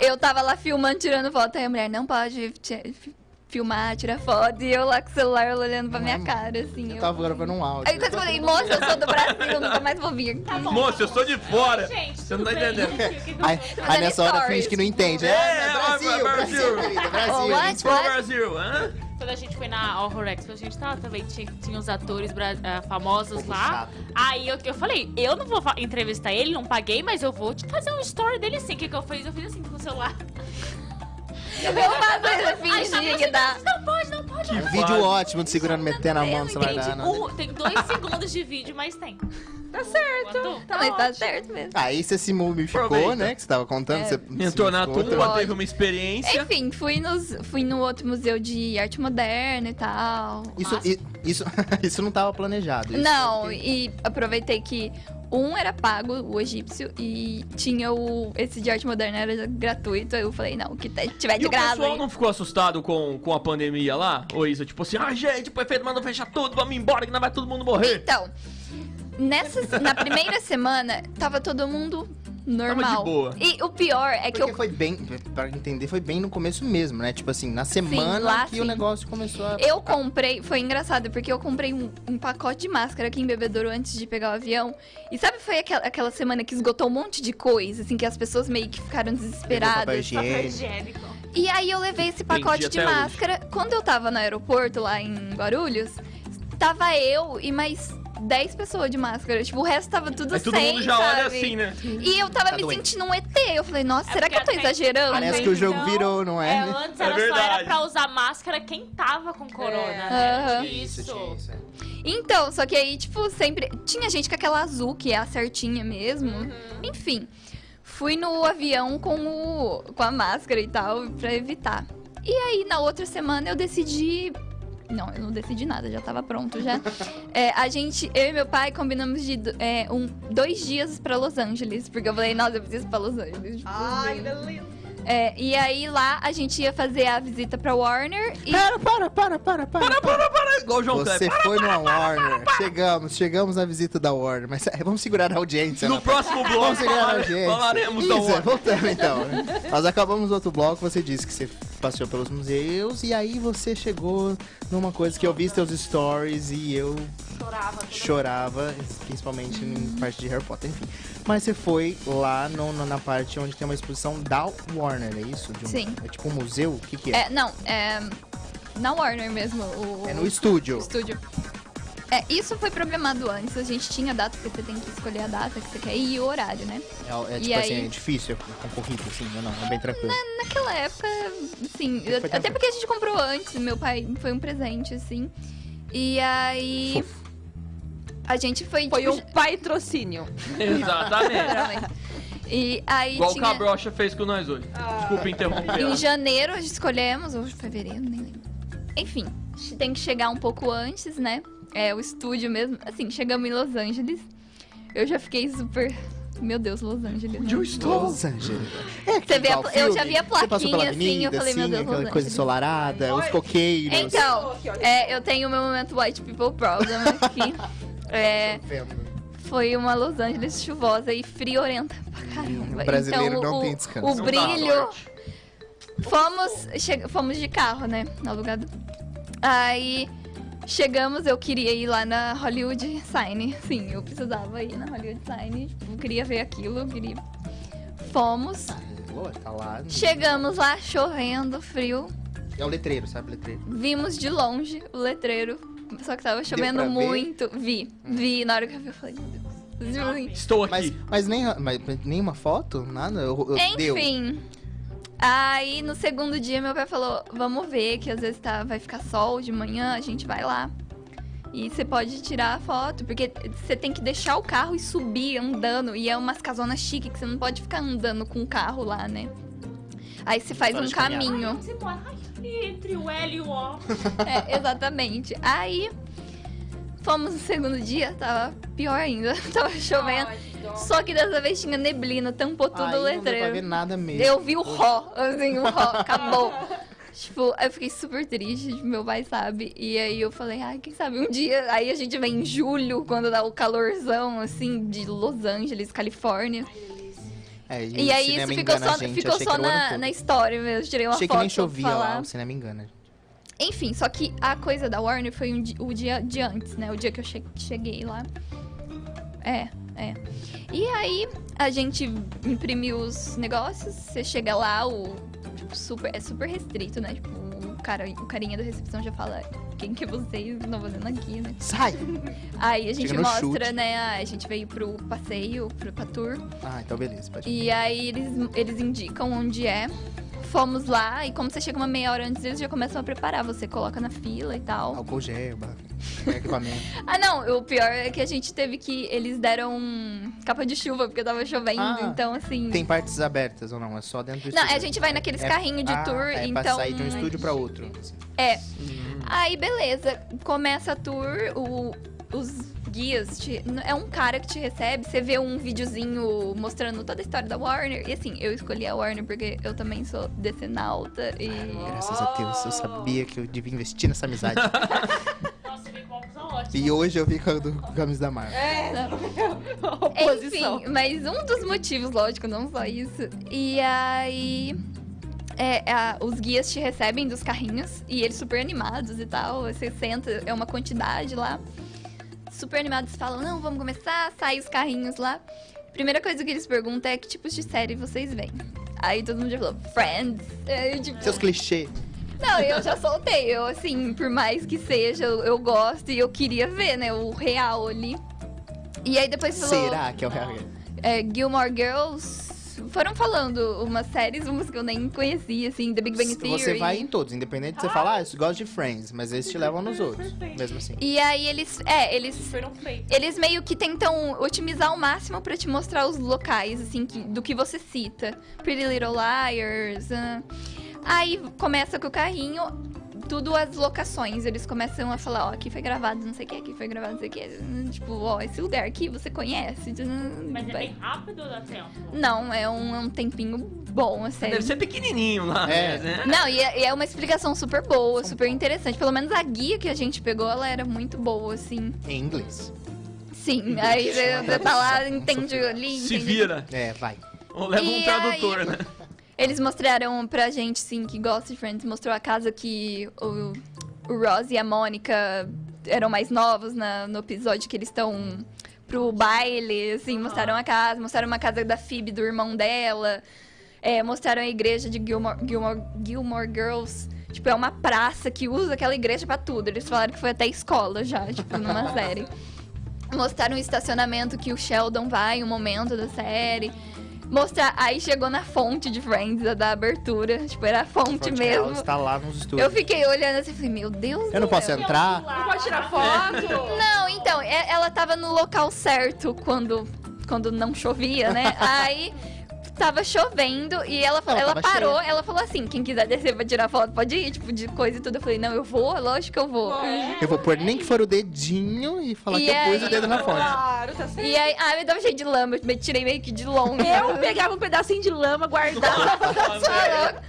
Eu tava lá filmando, tirando foto, aí a mulher não pode ti- fi- filmar, tirar foto, e eu lá com o celular ela olhando pra minha cara, assim.
Eu tava gravando um áudio.
Aí quando É eu [LAUGHS] falei, moça, eu sou do Brasil, nunca mais vou vir aqui.
Moça, eu sou de fora.
Gente,
Você não
tudo
tá
bem,
entendendo.
gente, o que que
Aí,
eu
aí
Mas
"É, nessa
é
hora
stories.
finge que não entende. né?
É, ó,
É,
Brasil.
Brasil, Brasil, querida,
Oh,
Brasil.
what?
Pro
What?
Brasil, hã?
Quando a gente foi na All Horror Expo, a gente tava também, tinha, tinha os atores bra- ah, famosos
Povo
lá.
chato.
Aí eu, eu falei, eu não vou fa- entrevistar ele, não paguei, mas eu vou te fazer um story dele sim. O que, que eu fiz? Eu fiz assim com o celular.
Eu fazer,
Aí tá
fingir que dá.
Não pode, não pode.
Que
não
um Vídeo
Vale.
ótimo de segurando, metendo a mão no celular.
pode.
da
Gente,
Uh,
Ana.
um- tem dois segundos de vídeo, mas tem.
Tá certo.
Quanto?
Não, mas tá certo mesmo.
Aí você se mumificou,
Aproveita.
né? Que você tava contando.
É.
Você
Entrou
se
na
mumificou.
turma, teve uma
é
experiência.
Enfim, fui, nos, fui no outro museu de arte moderna e tal.
então, Isso,
Nossa.
i- isso, [LAUGHS] isso não tava planejado. isso
Não, é
foi porque-
e aproveitei que um era pago, o egípcio, e tinha o. Esse de arte moderna era gratuito. Aí eu falei, não, o que te- tiver
E
de
o
graça.
pessoal
aí.
não ficou assustado com, com a pandemia lá? Ou isso, tipo assim, ah, gente, o prefeito mandou fechar tudo, vamos embora, que não vai todo mundo morrer.
Então, nessa, na primeira [LAUGHS] semana, tava todo mundo normal.
Tava de boa.
E o pior é que
Porque
eu.
foi bem, pra entender, foi bem no começo mesmo, né? Tipo assim, na semana
lá
que
sim.
o negócio começou a.
Eu comprei, foi engraçado, porque eu comprei um, um pacote de máscara aqui em Bebedouro antes de pegar o avião. E sabe, foi aquela, aquela semana que esgotou um monte de coisa, assim, que as pessoas meio que ficaram
papel
desesperadas.
Papel
higiênico.
higiênico.
E aí eu levei esse
Entendi
pacote de
até hoje.
máscara. Quando eu tava no aeroporto lá em Guarulhos, tava eu e mais 10 pessoas de máscara. Tipo, o resto tava tudo
Aí
sem,
todo mundo já olha
sabe?
assim, né?
E eu tava
Tá
me
doente.
sentindo um ET. Eu falei, nossa,
É
será que eu tô
porque até-
exagerando?
Parece
Mas
que o jogo
não,
virou, não é?
É,
né?
antes
É
era só
verdade.
era pra usar máscara quem tava com corona,
É.
né?
Aham.
Isso.
tinha isso, é.
Então, só que aí, tipo, sempre. Tinha gente com aquela azul, que é a certinha mesmo. Enfim, fui no avião com, o, com a máscara e tal, pra evitar. E aí, na outra semana, eu decidi. Não, eu não decidi nada, já tava pronto já. É, a gente, eu e meu pai, combinamos de do- é, um, dois dias pra Los Angeles, porque eu falei, nossa, eu preciso ir pra Los Angeles. tipo,
Ai,
assim.
delícia.
É, e aí lá a gente ia fazer a visita pra Warner e.
Para, para, para, para, para.
É igual o João
Você
Kleber.
foi numa Warner. Chegamos, chegamos à visita da Warner. Mas [LAUGHS] é, vamos segurar a audiência.
No
né? Ana.
próximo bloco
Vamos segurar a
fala-
audiência.
falaremos da
Isa,
Warner.
voltamos então. Nós acabamos outro bloco. Você disse que você passeou pelos museus. E aí você chegou numa coisa que eu vi seus stories e eu
Chorava.
né?
todo
chorava, principalmente em parte de Harry Potter, enfim. Mas você foi lá no- no- na parte onde tem uma exposição da Warner, é isso? De um-
Sim.
É tipo um museu? O que, que é?
É, não, é. Na Warner mesmo. O,
É no estúdio.
estúdio. É, isso foi programado antes, a gente tinha data, porque você tem que escolher a data que você quer e o horário, né?
É, é
E
tipo assim,
aí?
é difícil, é concorrido, assim, ou não, é bem tranquilo.
Naquela época, assim,
Foi
até
tranquilo.
porque a gente comprou antes, meu pai foi um presente, assim. E aí. A gente foi.
Foi
tipo,
um patrocínio.
[LAUGHS]
Exatamente.
geralmente. E aí
Igual
tinha. Ah.
o né? Cabrocha fez com nós hoje. Desculpa interromper.
Em janeiro escolhemos, ou fevereiro, nem lembro. Enfim, che- tem que chegar um pouco antes, né? É o estúdio mesmo. Assim, chegamos em Los Angeles. Eu já fiquei super. Meu Deus, Los Angeles. né?
Los Angeles. É, que
Você vê a
igual
pla- eu já
filme,
vi a
Você passou pela
plaquinha, assim, eu
avenida,
falei, meu Deus, Los
aquela coisa
Angeles.
ensolarada, os
Olha.
coqueiros.
Então, é, eu tenho o meu momento White People Problem
[LAUGHS]
aqui. É, foi uma Los Angeles chuvosa e friorenta pra caramba.
o brasileiro
então,
não
o,
tem descanso.
O
Não dá
brilho.
sorte.
Fomos, che- fomos de carro, né? Alugado. Aí Chegamos, eu queria ir lá na Hollywood Sign. Sim, eu precisava ir na Hollywood Sign. Tipo, eu queria ver aquilo, eu queria. Fomos.
Lua, tá lá.
Chegamos lá, chovendo, frio.
É o letreiro, sabe o letreiro?
Vimos de longe o letreiro. Só que tava chovendo
pra ver? Hum.
muito. Vi, vi. Na hora que eu vi, eu falei, meu Deus. Tipo assim,
Estou
Mas,
aqui.
mas nem, mas nenhuma foto, nada? Eu, eu- deu.
Enfim. Aí no segundo dia meu pai falou: vamos ver, que às vezes tá, vai ficar sol de manhã, a gente vai lá. E você pode tirar a foto, porque você tem que deixar o carro e subir andando. E é umas casonas chique que você não pode ficar andando com o carro lá, né? Aí você faz
Zona
um
de caminhada.
caminho.
Você mora entre o L e o O.
É, exatamente. Aí fomos no segundo dia, tava pior ainda, [LAUGHS] tava chovendo. Só que dessa vez tinha neblina, tampou tudo
Aí
o
não deu pra
letreiro.
ver nada mesmo.
Eu vi o ró, assim, o ró, acabou. [LAUGHS] Tipo, eu fiquei super triste, tipo, meu pai sabe. E aí eu falei, ai, quem sabe um dia. Aí a gente vem em julho, quando dá o calorzão, assim, de Los Angeles, Califórnia.
É,
E,
o
aí
cinema
isso ficou
engana a
só,
gente,
ficou
achei
só
que era o ano
na,
todo.
na história mesmo. Tirei uma
Achei que
foto
nem chovia
pra falar.
lá, o cinema engana.
Enfim, só que a coisa da Warner foi um di- o dia de antes, né? O dia que eu che- cheguei lá. É, é. E aí a gente imprimiu os negócios, você chega lá, o tipo, super, é super restrito, né? Tipo, o, cara, o carinha da recepção já fala quem que é vocês estão fazendo aqui, né?
Sai!
Aí a gente
Chega no
mostra,
chute.
né? ah, A gente veio pro passeio, pro pra tour.
Ah, então beleza, pode ir.
E aí eles, eles indicam onde é. Fomos lá e como você chega uma meia hora antes, eles já começam a preparar. Você coloca na fila e tal.
Álcool
[LAUGHS]
gel, ba- equipamento.
Ah, não, o pior é que a gente teve que. Eles deram um capa de chuva porque tava chovendo,
Ah,
então assim.
Tem partes abertas ou não? É só dentro do
Não,
estúdio.
a gente vai naqueles
É-
carrinhos de
Ah,
tour,
é
então.
pra sair de um estúdio pra outro.
É. Aí, beleza. Começa a tour, o- os guias. te- é um cara que te recebe. Você vê um videozinho mostrando toda a história da Warner. E assim, eu escolhi a Warner porque eu também sou decenalta. E.
Graças a Deus, eu sabia que eu devia investir nessa [LAUGHS] amizade.
Nossa, eu vi uma opção ótima.
e hoje eu fico com a camisa da Marvel.
É, [LAUGHS] Oposição.
Enfim, mas um dos motivos, lógico, não só isso. E aí. é, a- os guias te recebem dos carrinhos e eles super animados e tal. Você senta, é uma quantidade lá. Super animados falam: não, vamos começar, sai os carrinhos lá. Primeira coisa que eles perguntam é que tipos de série vocês veem. Aí todo mundo já falou, Friends. Aí, tipo,
Seus clichês.
não, eu já soltei. Eu, assim, por mais que seja, eu, eu gosto e eu queria ver, né? O real ali. E aí depois falou
Será que é o real?
é, Gilmore Girls. Foram falando umas séries, umas que eu nem conhecia, assim, The Big Bang Theory.
Você vai em todos, independente de você falar, ah, eu gosto de Friends, mas eles te levam nos outros. Mesmo assim.
E aí eles. É, eles.
Foram feitos.
Eles meio que tentam otimizar ao máximo pra te mostrar os locais, assim, que- do que você cita. Pretty Little Liars. ah. Aí começa com o carrinho, tudo as locações. Eles começam a falar, ó, aqui foi gravado não sei o que, aqui foi gravado não sei o que. Tipo, ó, esse lugar aqui você conhece.
Mas é bem rápido ou dá tempo?
Não, é um, é um tempinho bom, assim. a série.
Deve ser pequenininho lá,
É.
né?
Não, e é, e é uma explicação super boa, super interessante. Pelo menos a guia que a gente pegou, ela era muito boa, assim.
Em inglês.
Sim, aí você você tá lá, entende ali,
Se
entende.
vira.
É, vai.
Ou leva um
E
tradutor,
aí- [LAUGHS]
né?
Eles mostraram pra gente, sim, que gosta de Friends, mostrou a casa que o, o Ross e a Mônica eram mais novos na- no episódio que eles estão pro baile, assim, mostraram a casa, mostraram uma casa da Phoebe, do irmão dela, é, mostraram a igreja de Gilmore, Gilmore, Gilmore Girls. Tipo, é uma praça que usa aquela igreja pra tudo. Eles falaram que foi até escola já, tipo, numa série. Mostraram o estacionamento que o Sheldon vai em um momento da série. Mostrar. Aí chegou na fonte de Friends, a da abertura. Tipo, era a fonte
Front
mesmo.
House tá lá nos estúdios.
Eu fiquei olhando assim e falei, meu Deus do
Eu não posso
céu.
entrar.
Não pode tirar foto?
[LAUGHS]
Não, então, é- ela tava no local certo quando, quando não chovia,
[LAUGHS]
né? Aí tava chovendo e ela,
Ela
ela,
tava
parou, ela falou assim: quem quiser descer pra tirar foto, pode ir, tipo, de coisa e tudo. Eu falei, não, eu vou, lógico que eu vou.
Eu vou pôr nem que for o dedinho e falar
E é
que eu pus
aí-
o dedo na fonte.
Claro, tá certo.
E aí, ai, eu tava cheio de lama, eu me tirei meio que de longe. [LAUGHS]
Eu pegava um pedacinho de lama,
Tá
guardava.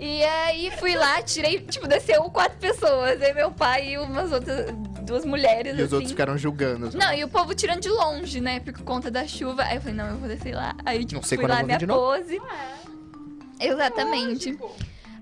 E aí fui lá, tirei, tipo, desceu quatro pessoas. Aí meu pai e umas outras duas mulheres.
E os
assim.
outros ficaram julgando.
Não, e o povo tirando de longe, né? Por conta da chuva. Aí eu falei, não, eu vou descer lá. Aí, tipo,
Não sei
fui
quando eu
lá
vou vir
minha
de novo.
pose. Exatamente.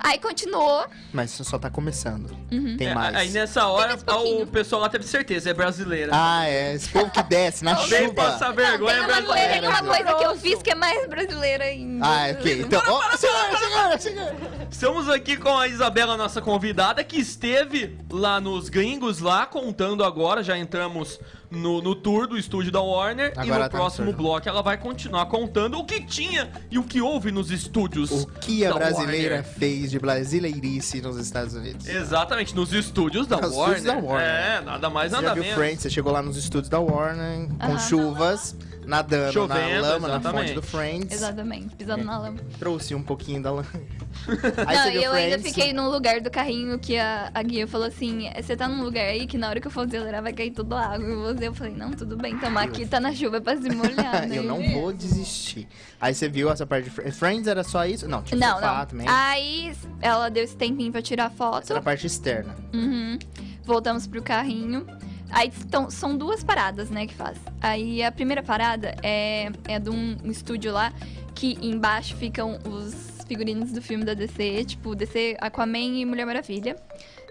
Aí continuou.
Mas isso só tá começando.
Uhum.
Tem
É,
mais.
Aí nessa hora,
mais
o
pouquinho.
pessoal lá teve certeza, é brasileira.
Ah, é. Esse povo que desce na
Vem
chuva.
passar vergonha, é
não, tem uma coisa,
brasileira,
tem uma coisa que eu
Grosso.
fiz que é mais brasileira ainda.
Ah, ok. Então, ó, senhora, senhora, senhora.
Estamos aqui com a Isabela, nossa convidada, que esteve lá nos gringos, lá contando agora. Já entramos no, no tour do estúdio da Warner.
Agora
e
ela
no
tá no
próximo
tour.
bloco ela vai continuar contando o que tinha e o que houve nos estúdios.
O que a
da
brasileira
Warner.
fez de brasileirice nos Estados Unidos?
Exatamente, nos estúdios da
Nos
Warner.
estúdios da Warner.
É, nada mais,
Você já
nada
viu
menos.
Friends? Você chegou lá nos estúdios da Warner, com
Aham.
chuvas, nadando na
Chovendo,
lama, na fonte
exatamente.
do Friends.
Exatamente,
É.
pisando na lama.
Trouxe um pouquinho da [LAUGHS] lama.
não, e eu ainda fiquei num lugar do carrinho que a, a guia falou assim: você tá num lugar aí que na hora que eu for acelerar vai cair toda a água. E você, eu falei: não, tudo bem, tamo aqui, tá na chuva é pra se molhar. né?"
[LAUGHS] [LAUGHS] eu não vou desistir. Aí você viu essa parte de Friends. Friends era só isso? Não, tinha
Não,
sofá
não. Ah,
também.
Aí ela deu esse tempinho pra tirar foto.
Essa era a parte externa.
Uhum. Voltamos pro carrinho. Aí então, são duas paradas, né, que faz. Aí a primeira parada é, é de um, um estúdio lá que embaixo ficam os figurinos do filme da DC, tipo DC Aquaman e Mulher Maravilha.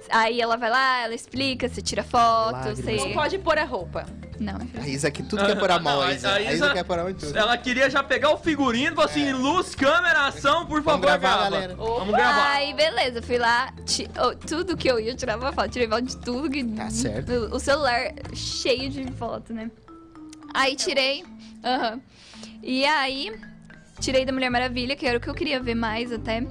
Aí ela vai lá, ela explica, você tira foto,
Lágrimas.
você.
Não pode pôr a roupa.
Não,
A Isa aqui tudo quer pôr a mão, a Isa.
a
A
Isa- é
Isa quer pôr a mão em tudo.
Ela queria já pegar o figurino e falou assim: luz, câmera, ação, por favor,
É. gravar,
grava.
galera.
Vamos gravar.
Aí, beleza, fui lá, ti- oh, tudo que eu ia, eu tirava foto, tirei foto de tudo que.
Tá certo.
O celular cheio de foto, né? Aí tirei. Aham. E aí, tirei da Mulher Maravilha, que era o que eu queria ver mais até.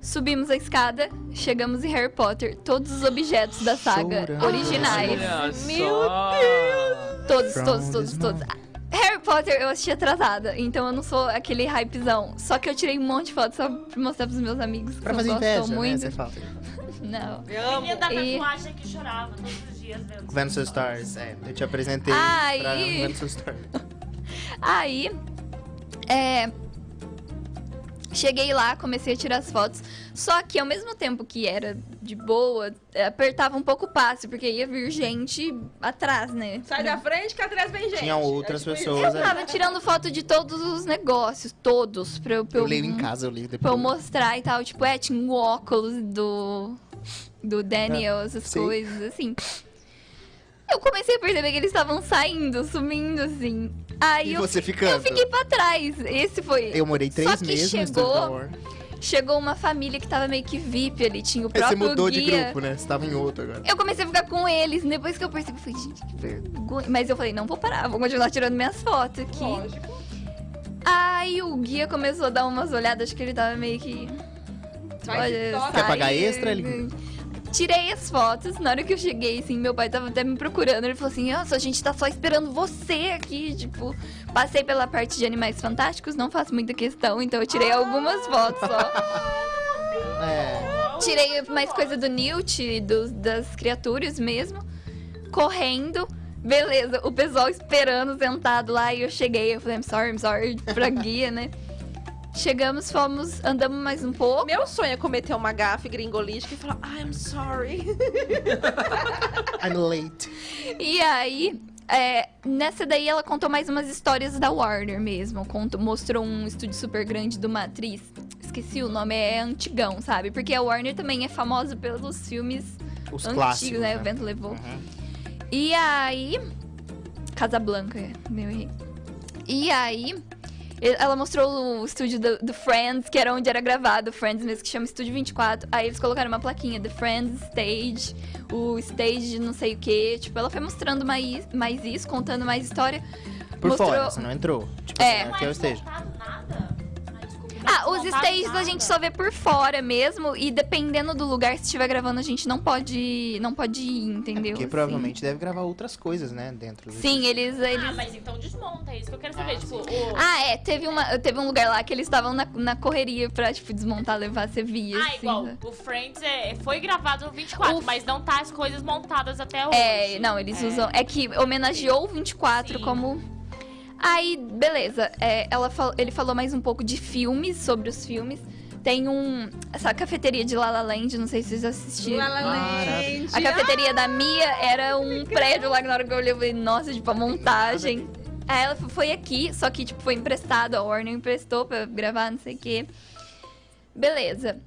Subimos a escada, chegamos em Harry Potter, todos os objetos da saga
Chorando.
originais.
Olha
Meu
só.
Todos,
From
todos,
this
todos, todos.
moment.
Harry Potter eu assisti atrasada, então eu não sou aquele hypezão. Só que eu tirei um monte de foto só pra mostrar pros meus amigos que
Pra
não
fazer
gostam
inveja, né?
muito.
Você fala.
Não.
Menina da
E-
tatuagem que chorava todos os dias vendo.
Vendo seus stories, é. Eu te apresentei
Ai.
pra vendo seus stories.
Aí, é, Cheguei lá, comecei a tirar as fotos. Só que ao mesmo tempo que era de boa, eh, apertava um pouco o passo, porque ia vir gente atrás, né?
Sai da frente que atrás vem gente.
Tinham outras
É tipo isso.
pessoas
Eu
ali.
tava tirando foto de todos os negócios, todos, pra eu, pra
Eu
eu,
leio em casa, eu leio
pra
depois.
eu mostrar e tal. Tipo, é, tinha um óculos do, do Daniel, essas
É, Sim.
coisas, assim. Eu comecei a perceber que eles estavam saindo, sumindo, assim. Aí
E
eu
você ficando?
Eu fiquei pra trás. Esse foi.
Eu morei três
Só que
meses no
chegou-
Estúdio da War.
Chegou uma família que tava meio que VIP ali, tinha o
Aí
próprio
você mudou
guia.
de grupo, né? Você tava em outro agora.
Eu comecei a ficar com eles, depois que eu percebi, eu falei, gente, que vergonha. Mas eu falei, não vou parar, vou continuar tirando minhas fotos aqui.
Lógico.
Aí o guia começou a dar umas olhadas, acho que ele tava meio que.
Vai que toca.
Quer
sai-
pagar extra, Linda?
Tirei as fotos, na hora que eu cheguei, assim, meu pai tava até me procurando. Ele falou assim: Nossa, a gente tá só esperando você aqui. Tipo, passei pela parte de animais fantásticos, não faço muita questão, então eu tirei algumas fotos só.
É.
Tirei mais coisa do Newt, dos- das criaturas mesmo. Correndo. Beleza, o pessoal esperando, sentado lá, e eu cheguei, eu falei, I'm sorry, I'm sorry, pra guia, né? Chegamos, fomos, andamos mais um pouco.
Meu sonho é cometer uma gafe gringolística e falar, I'm sorry.
I'm late.
E aí, é, nessa daí ela contou mais umas histórias da Warner mesmo. Contou, mostrou um estúdio super grande de uma atriz. Esqueci o nome, é antigão, sabe? Porque a Warner também é famosa pelos filmes
Os
antigos,
clássicos.
né? O
né?
vento levou.
Uhum.
E aí. Casablanca, é, meu errei. E aí. e- Ela mostrou o estúdio do, do Friends, que era onde era gravado, o Friends mesmo, que chama Estúdio 24. Aí eles colocaram uma plaquinha, The Friends Stage, o stage de não sei o que. Tipo, ela foi mostrando mais, mais isso, contando mais história.
Por
mostrou...
fora, você não entrou. Tipo
É.
assim, aqui é o stage.
Nada. Ai, desculpa, não
Ah, os
desmontaram
stages a
nada.
gente só vê por fora mesmo. E dependendo do lugar, se estiver gravando, a gente não pode, não pode ir, entendeu?
É, Porque
Assim.
provavelmente deve gravar outras coisas, né? Dentro do.
Sim, eles, eles
Ah, mas então desmonta, é isso que eu quero saber. tipo, o...
Ah, é. Teve, uma, teve um lugar lá que eles estavam na, na correria pra, tipo, desmontar, levar, você via.
Ah,
assim,
igual.
né?
O Friends é, foi gravado no 24,
O-
mas não tá as coisas montadas até hoje.
É, não, eles usam. É que homenageou o 24
Sim.
como. Aí, beleza. é, ela fal- ele falou mais um pouco de filmes, sobre os filmes. Tem um. Essa cafeteria de La La Land, não sei se vocês assistiram.
[LAUGHS] La La Land.
A cafeteria da Mia era um prédio lá que na hora que eu olhei, eu falei, nossa, tipo, a montagem. Aí ela f- foi aqui, só que, tipo, foi emprestado, a Warner emprestou pra eu gravar, não sei o quê. Beleza.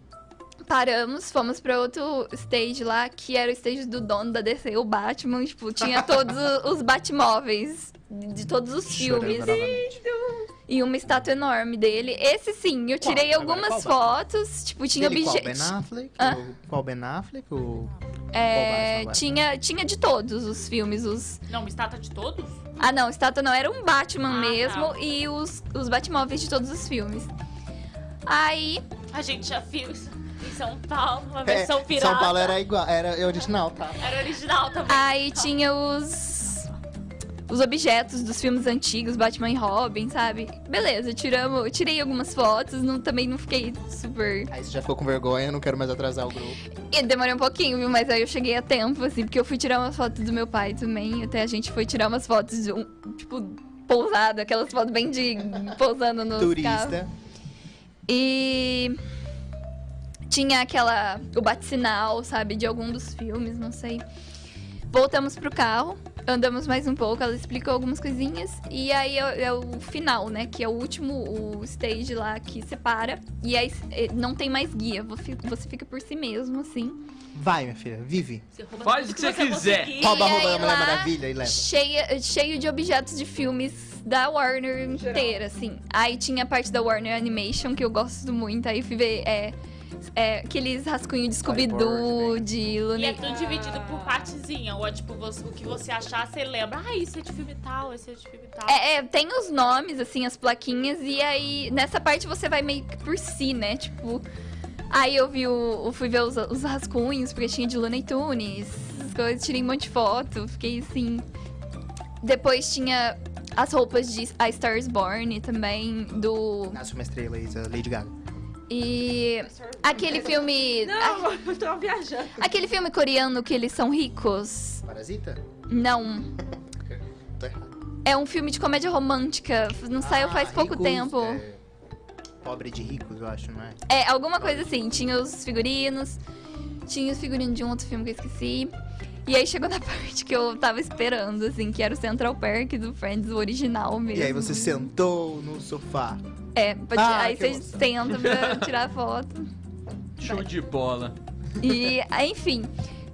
Paramos, fomos pra outro stage lá, que era o stage do dono da DC, o Batman. Tipo,
[LAUGHS]
tinha todos o- os Batmóveis de todos os
Chorei
filmes.
bravamente.
E uma estátua enorme dele. Esse sim, eu
Qual?
tirei
Agora,
algumas
qual
fotos. Tipo, tinha
Ele, qual Ben
objetos.
Affleck?
Hã?
O- Qual Ben Affleck? O...
É,
Qual Batman vai?
tinha, tinha de todos os filmes, os.
Não, uma estátua de todos?
Ah não, estátua não, era um Batman
Ah,
mesmo
tá.
e os, os Batmóveis de todos os filmes. Aí,
A gente já fez em São Paulo, uma
É,
versão pirata.
São Paulo era igual, era eu original, tá?
Era original também.
aí tinha os os objetos dos filmes antigos, Batman e Robin, sabe? Beleza, tiramos, eu tirei algumas fotos, não, também não fiquei super.
Aí você já ficou com vergonha, eu não quero mais atrasar o grupo.
E demorei um pouquinho, viu? Mas aí eu cheguei a tempo, assim, porque eu fui tirar umas fotos do meu pai também. Até a gente foi tirar umas fotos de um, tipo, pousado, aquelas fotos bem de pousando no
Turista.
E tinha aquela. o bate-sinal, sabe, de algum dos filmes, não sei. Voltamos pro carro, andamos mais um pouco, ela explicou algumas coisinhas. E aí é, é o final, né? Que é o último o stage lá que separa. E aí eh, não tem mais guia, você você fica por si mesmo, assim.
Vai, minha filha, vive.
Você rouba
Faz
tudo
o que você quiser.
conseguir.
Rouba,
aí
rouba da Mulher
lá-
Maravilha e leva.
cheia, cheio de objetos de filmes da Warner inteira, assim. Aí tinha a parte da Warner Animation, que eu gosto muito. Aí fui ver é, é, aqueles rascunhos de Scooby-Doo,
Storyboard,
de
E é
Looney...
tudo dividido por partezinha. Ou é tipo, você- o que você achar, você lembra. Ah, isso é de filme tal, esse é de filme tal.
É, é, tem os nomes, assim, as plaquinhas. E aí, nessa parte, você vai meio que por si, né? Tipo... Aí eu vi o, eu fui ver os, os rascunhos, porque tinha de Looney Tunes, essas coisas, tirei um monte de foto, fiquei assim... Depois tinha as roupas de A Star is Born também, do...
Nasce uma estrela, Isa, Lady Gaga.
E aquele filme.
Não, [LAUGHS] eu tô viajando.
Aquele filme coreano que eles são ricos.
Parasita?
Não.
Tô errado.
É um filme de comédia romântica. Não saiu
Ah,
faz pouco
ricos,
tempo.
é, Pobre de ricos, eu acho, não é?
É, alguma coisa assim. Tinha os figurinos. Tinha os figurinos de um outro filme que eu esqueci. E aí chegou na [LAUGHS] parte que eu tava esperando, assim, que era o Central Park do Friends, o original mesmo.
E aí você sentou no sofá.
É, pra ti-
Ah,
aí
que
você
emoção.
senta
[LAUGHS]
pra tirar foto.
Show de bola.
E, aí, enfim,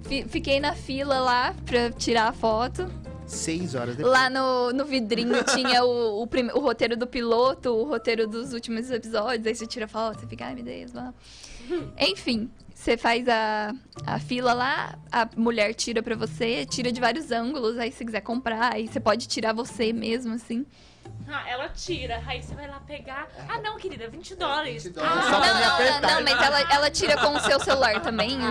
fi- fiquei na fila lá pra tirar a foto.
Seis horas depois.
Lá no, no vidrinho tinha o, o, prime- o roteiro do piloto, o roteiro dos últimos episódios, aí você tira foto, você fica, ai meu Deus, blá. Enfim, você faz a, a fila lá, a mulher tira pra você, tira de vários ângulos, aí se quiser comprar, aí você pode tirar você mesmo, assim.
Ah, ela tira. Aí você vai lá pegar. Ah, não, querida, 20 dólares.
20
Ah,
não,
É, dólares. Só pra me
não, não,
apertar.
não, mas ela, ela tira com o seu celular também,
Ah,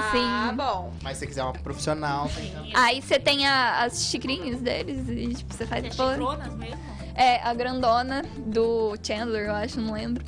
assim.
bom.
Mas se você quiser uma profissional, tem
é
também.
Aí você tem a- as xicrinhas deles e, tipo, você faz...
Você é
pô-
chifronas mesmo?
É, a grandona do Chandler, eu acho, não lembro.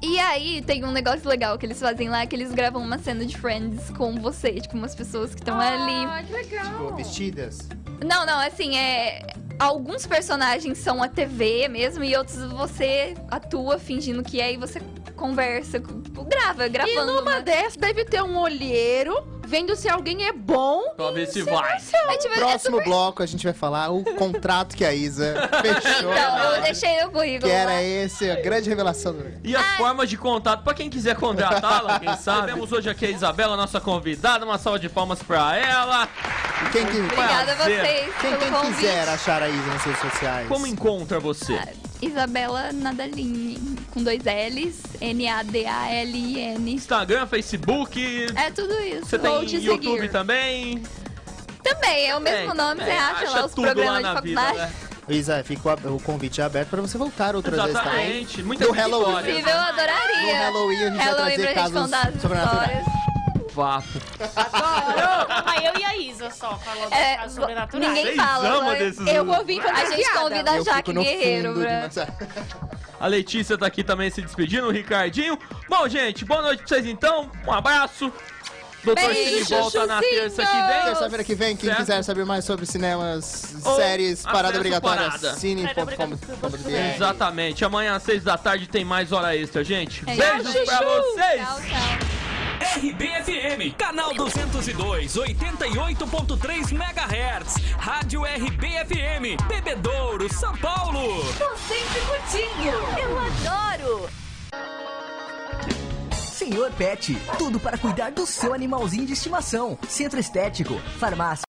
E aí tem um negócio legal que eles fazem lá, que eles gravam uma cena de Friends com você, tipo, umas pessoas que estão ali.
Ah, que
tipo,
legal.
vestidas.
Não, não, assim, é. Alguns personagens são a TV mesmo, e outros você atua fingindo que é e você conversa, com- tipo, grava,
E
gravando.
numa
né?
dessas deve ter um olheiro vendo se alguém é bom.
Talvez se vai.
É, tipo, é
Próximo bloco a gente vai falar o contrato que a Isa fechou.
Então, eu deixei o currículo.
Que era
lá.
esse, a grande revelação do
E as formas de contato, pra quem
[LAUGHS]
quiser contratá-la, quem sabe. Temos hoje aqui a Isabela, nossa convidada, uma salva de palmas pra ela.
E Quem, que-
Obrigada a vocês
quem,
pelo
quem
convite.
quiser achar a Isa nas redes sociais.
Como encontra você?
Isabela Nadalini, com dois L's, N-A-D-A-L-I-N.
Instagram, Facebook,
É tudo isso.
você
Vou
tem
te
YouTube
seguir.
também?
Também, é o mesmo
Tem,
nome, você
tem,
acha, lá os programas de faculdade.
né?
Isa, é, fica o ab- o convite aberto pra você voltar outras vezes tá também.
[LAUGHS] Exatamente. Muita
Do
gente
Halloween.
olha.
Inclusive, eu
No
adoraria.
Halloween a gente vai
Halloween
trazer
pra gente
casos
contar as
sobrenaturais.
histórias.
Papo.
Tava Ah, eu e a Isa só falando das
É,
coisas sobrenaturais.
ninguém
Vocês
fala.
amam
mas
desses
eu
livros.
vou vir A gente
Fantasiada.
Ah,
convida a
Eu
Jaque
fico no
Guerreiro
fundo de
né?
pra.
uma-
A Letícia tá aqui também se despedindo, o Ricardinho. Bom, gente, boa noite pra vocês então. Um abraço. [LAUGHS] Doutor Cine
Beijo,
volta na
chuchuzinhos!
terça que vem.
Terça-feira que vem, quem
Certo.
quiser saber mais sobre cinemas,
Ou
séries, parada
acesso
obrigatória,
parada.
cine.com.br.
Exatamente. Amanhã às seis da tarde tem mais hora extra, gente.
É isso.
Beijos pra vocês.
Tchau, tchau.
RBFM, canal 202, 88.3 MHz. Rádio RBFM, Bebedouro, São Paulo.
Tô sempre curtindo. Eu adoro.
Senhor Pet, tudo para cuidar do seu animalzinho de estimação. Centro Estético, farmácia.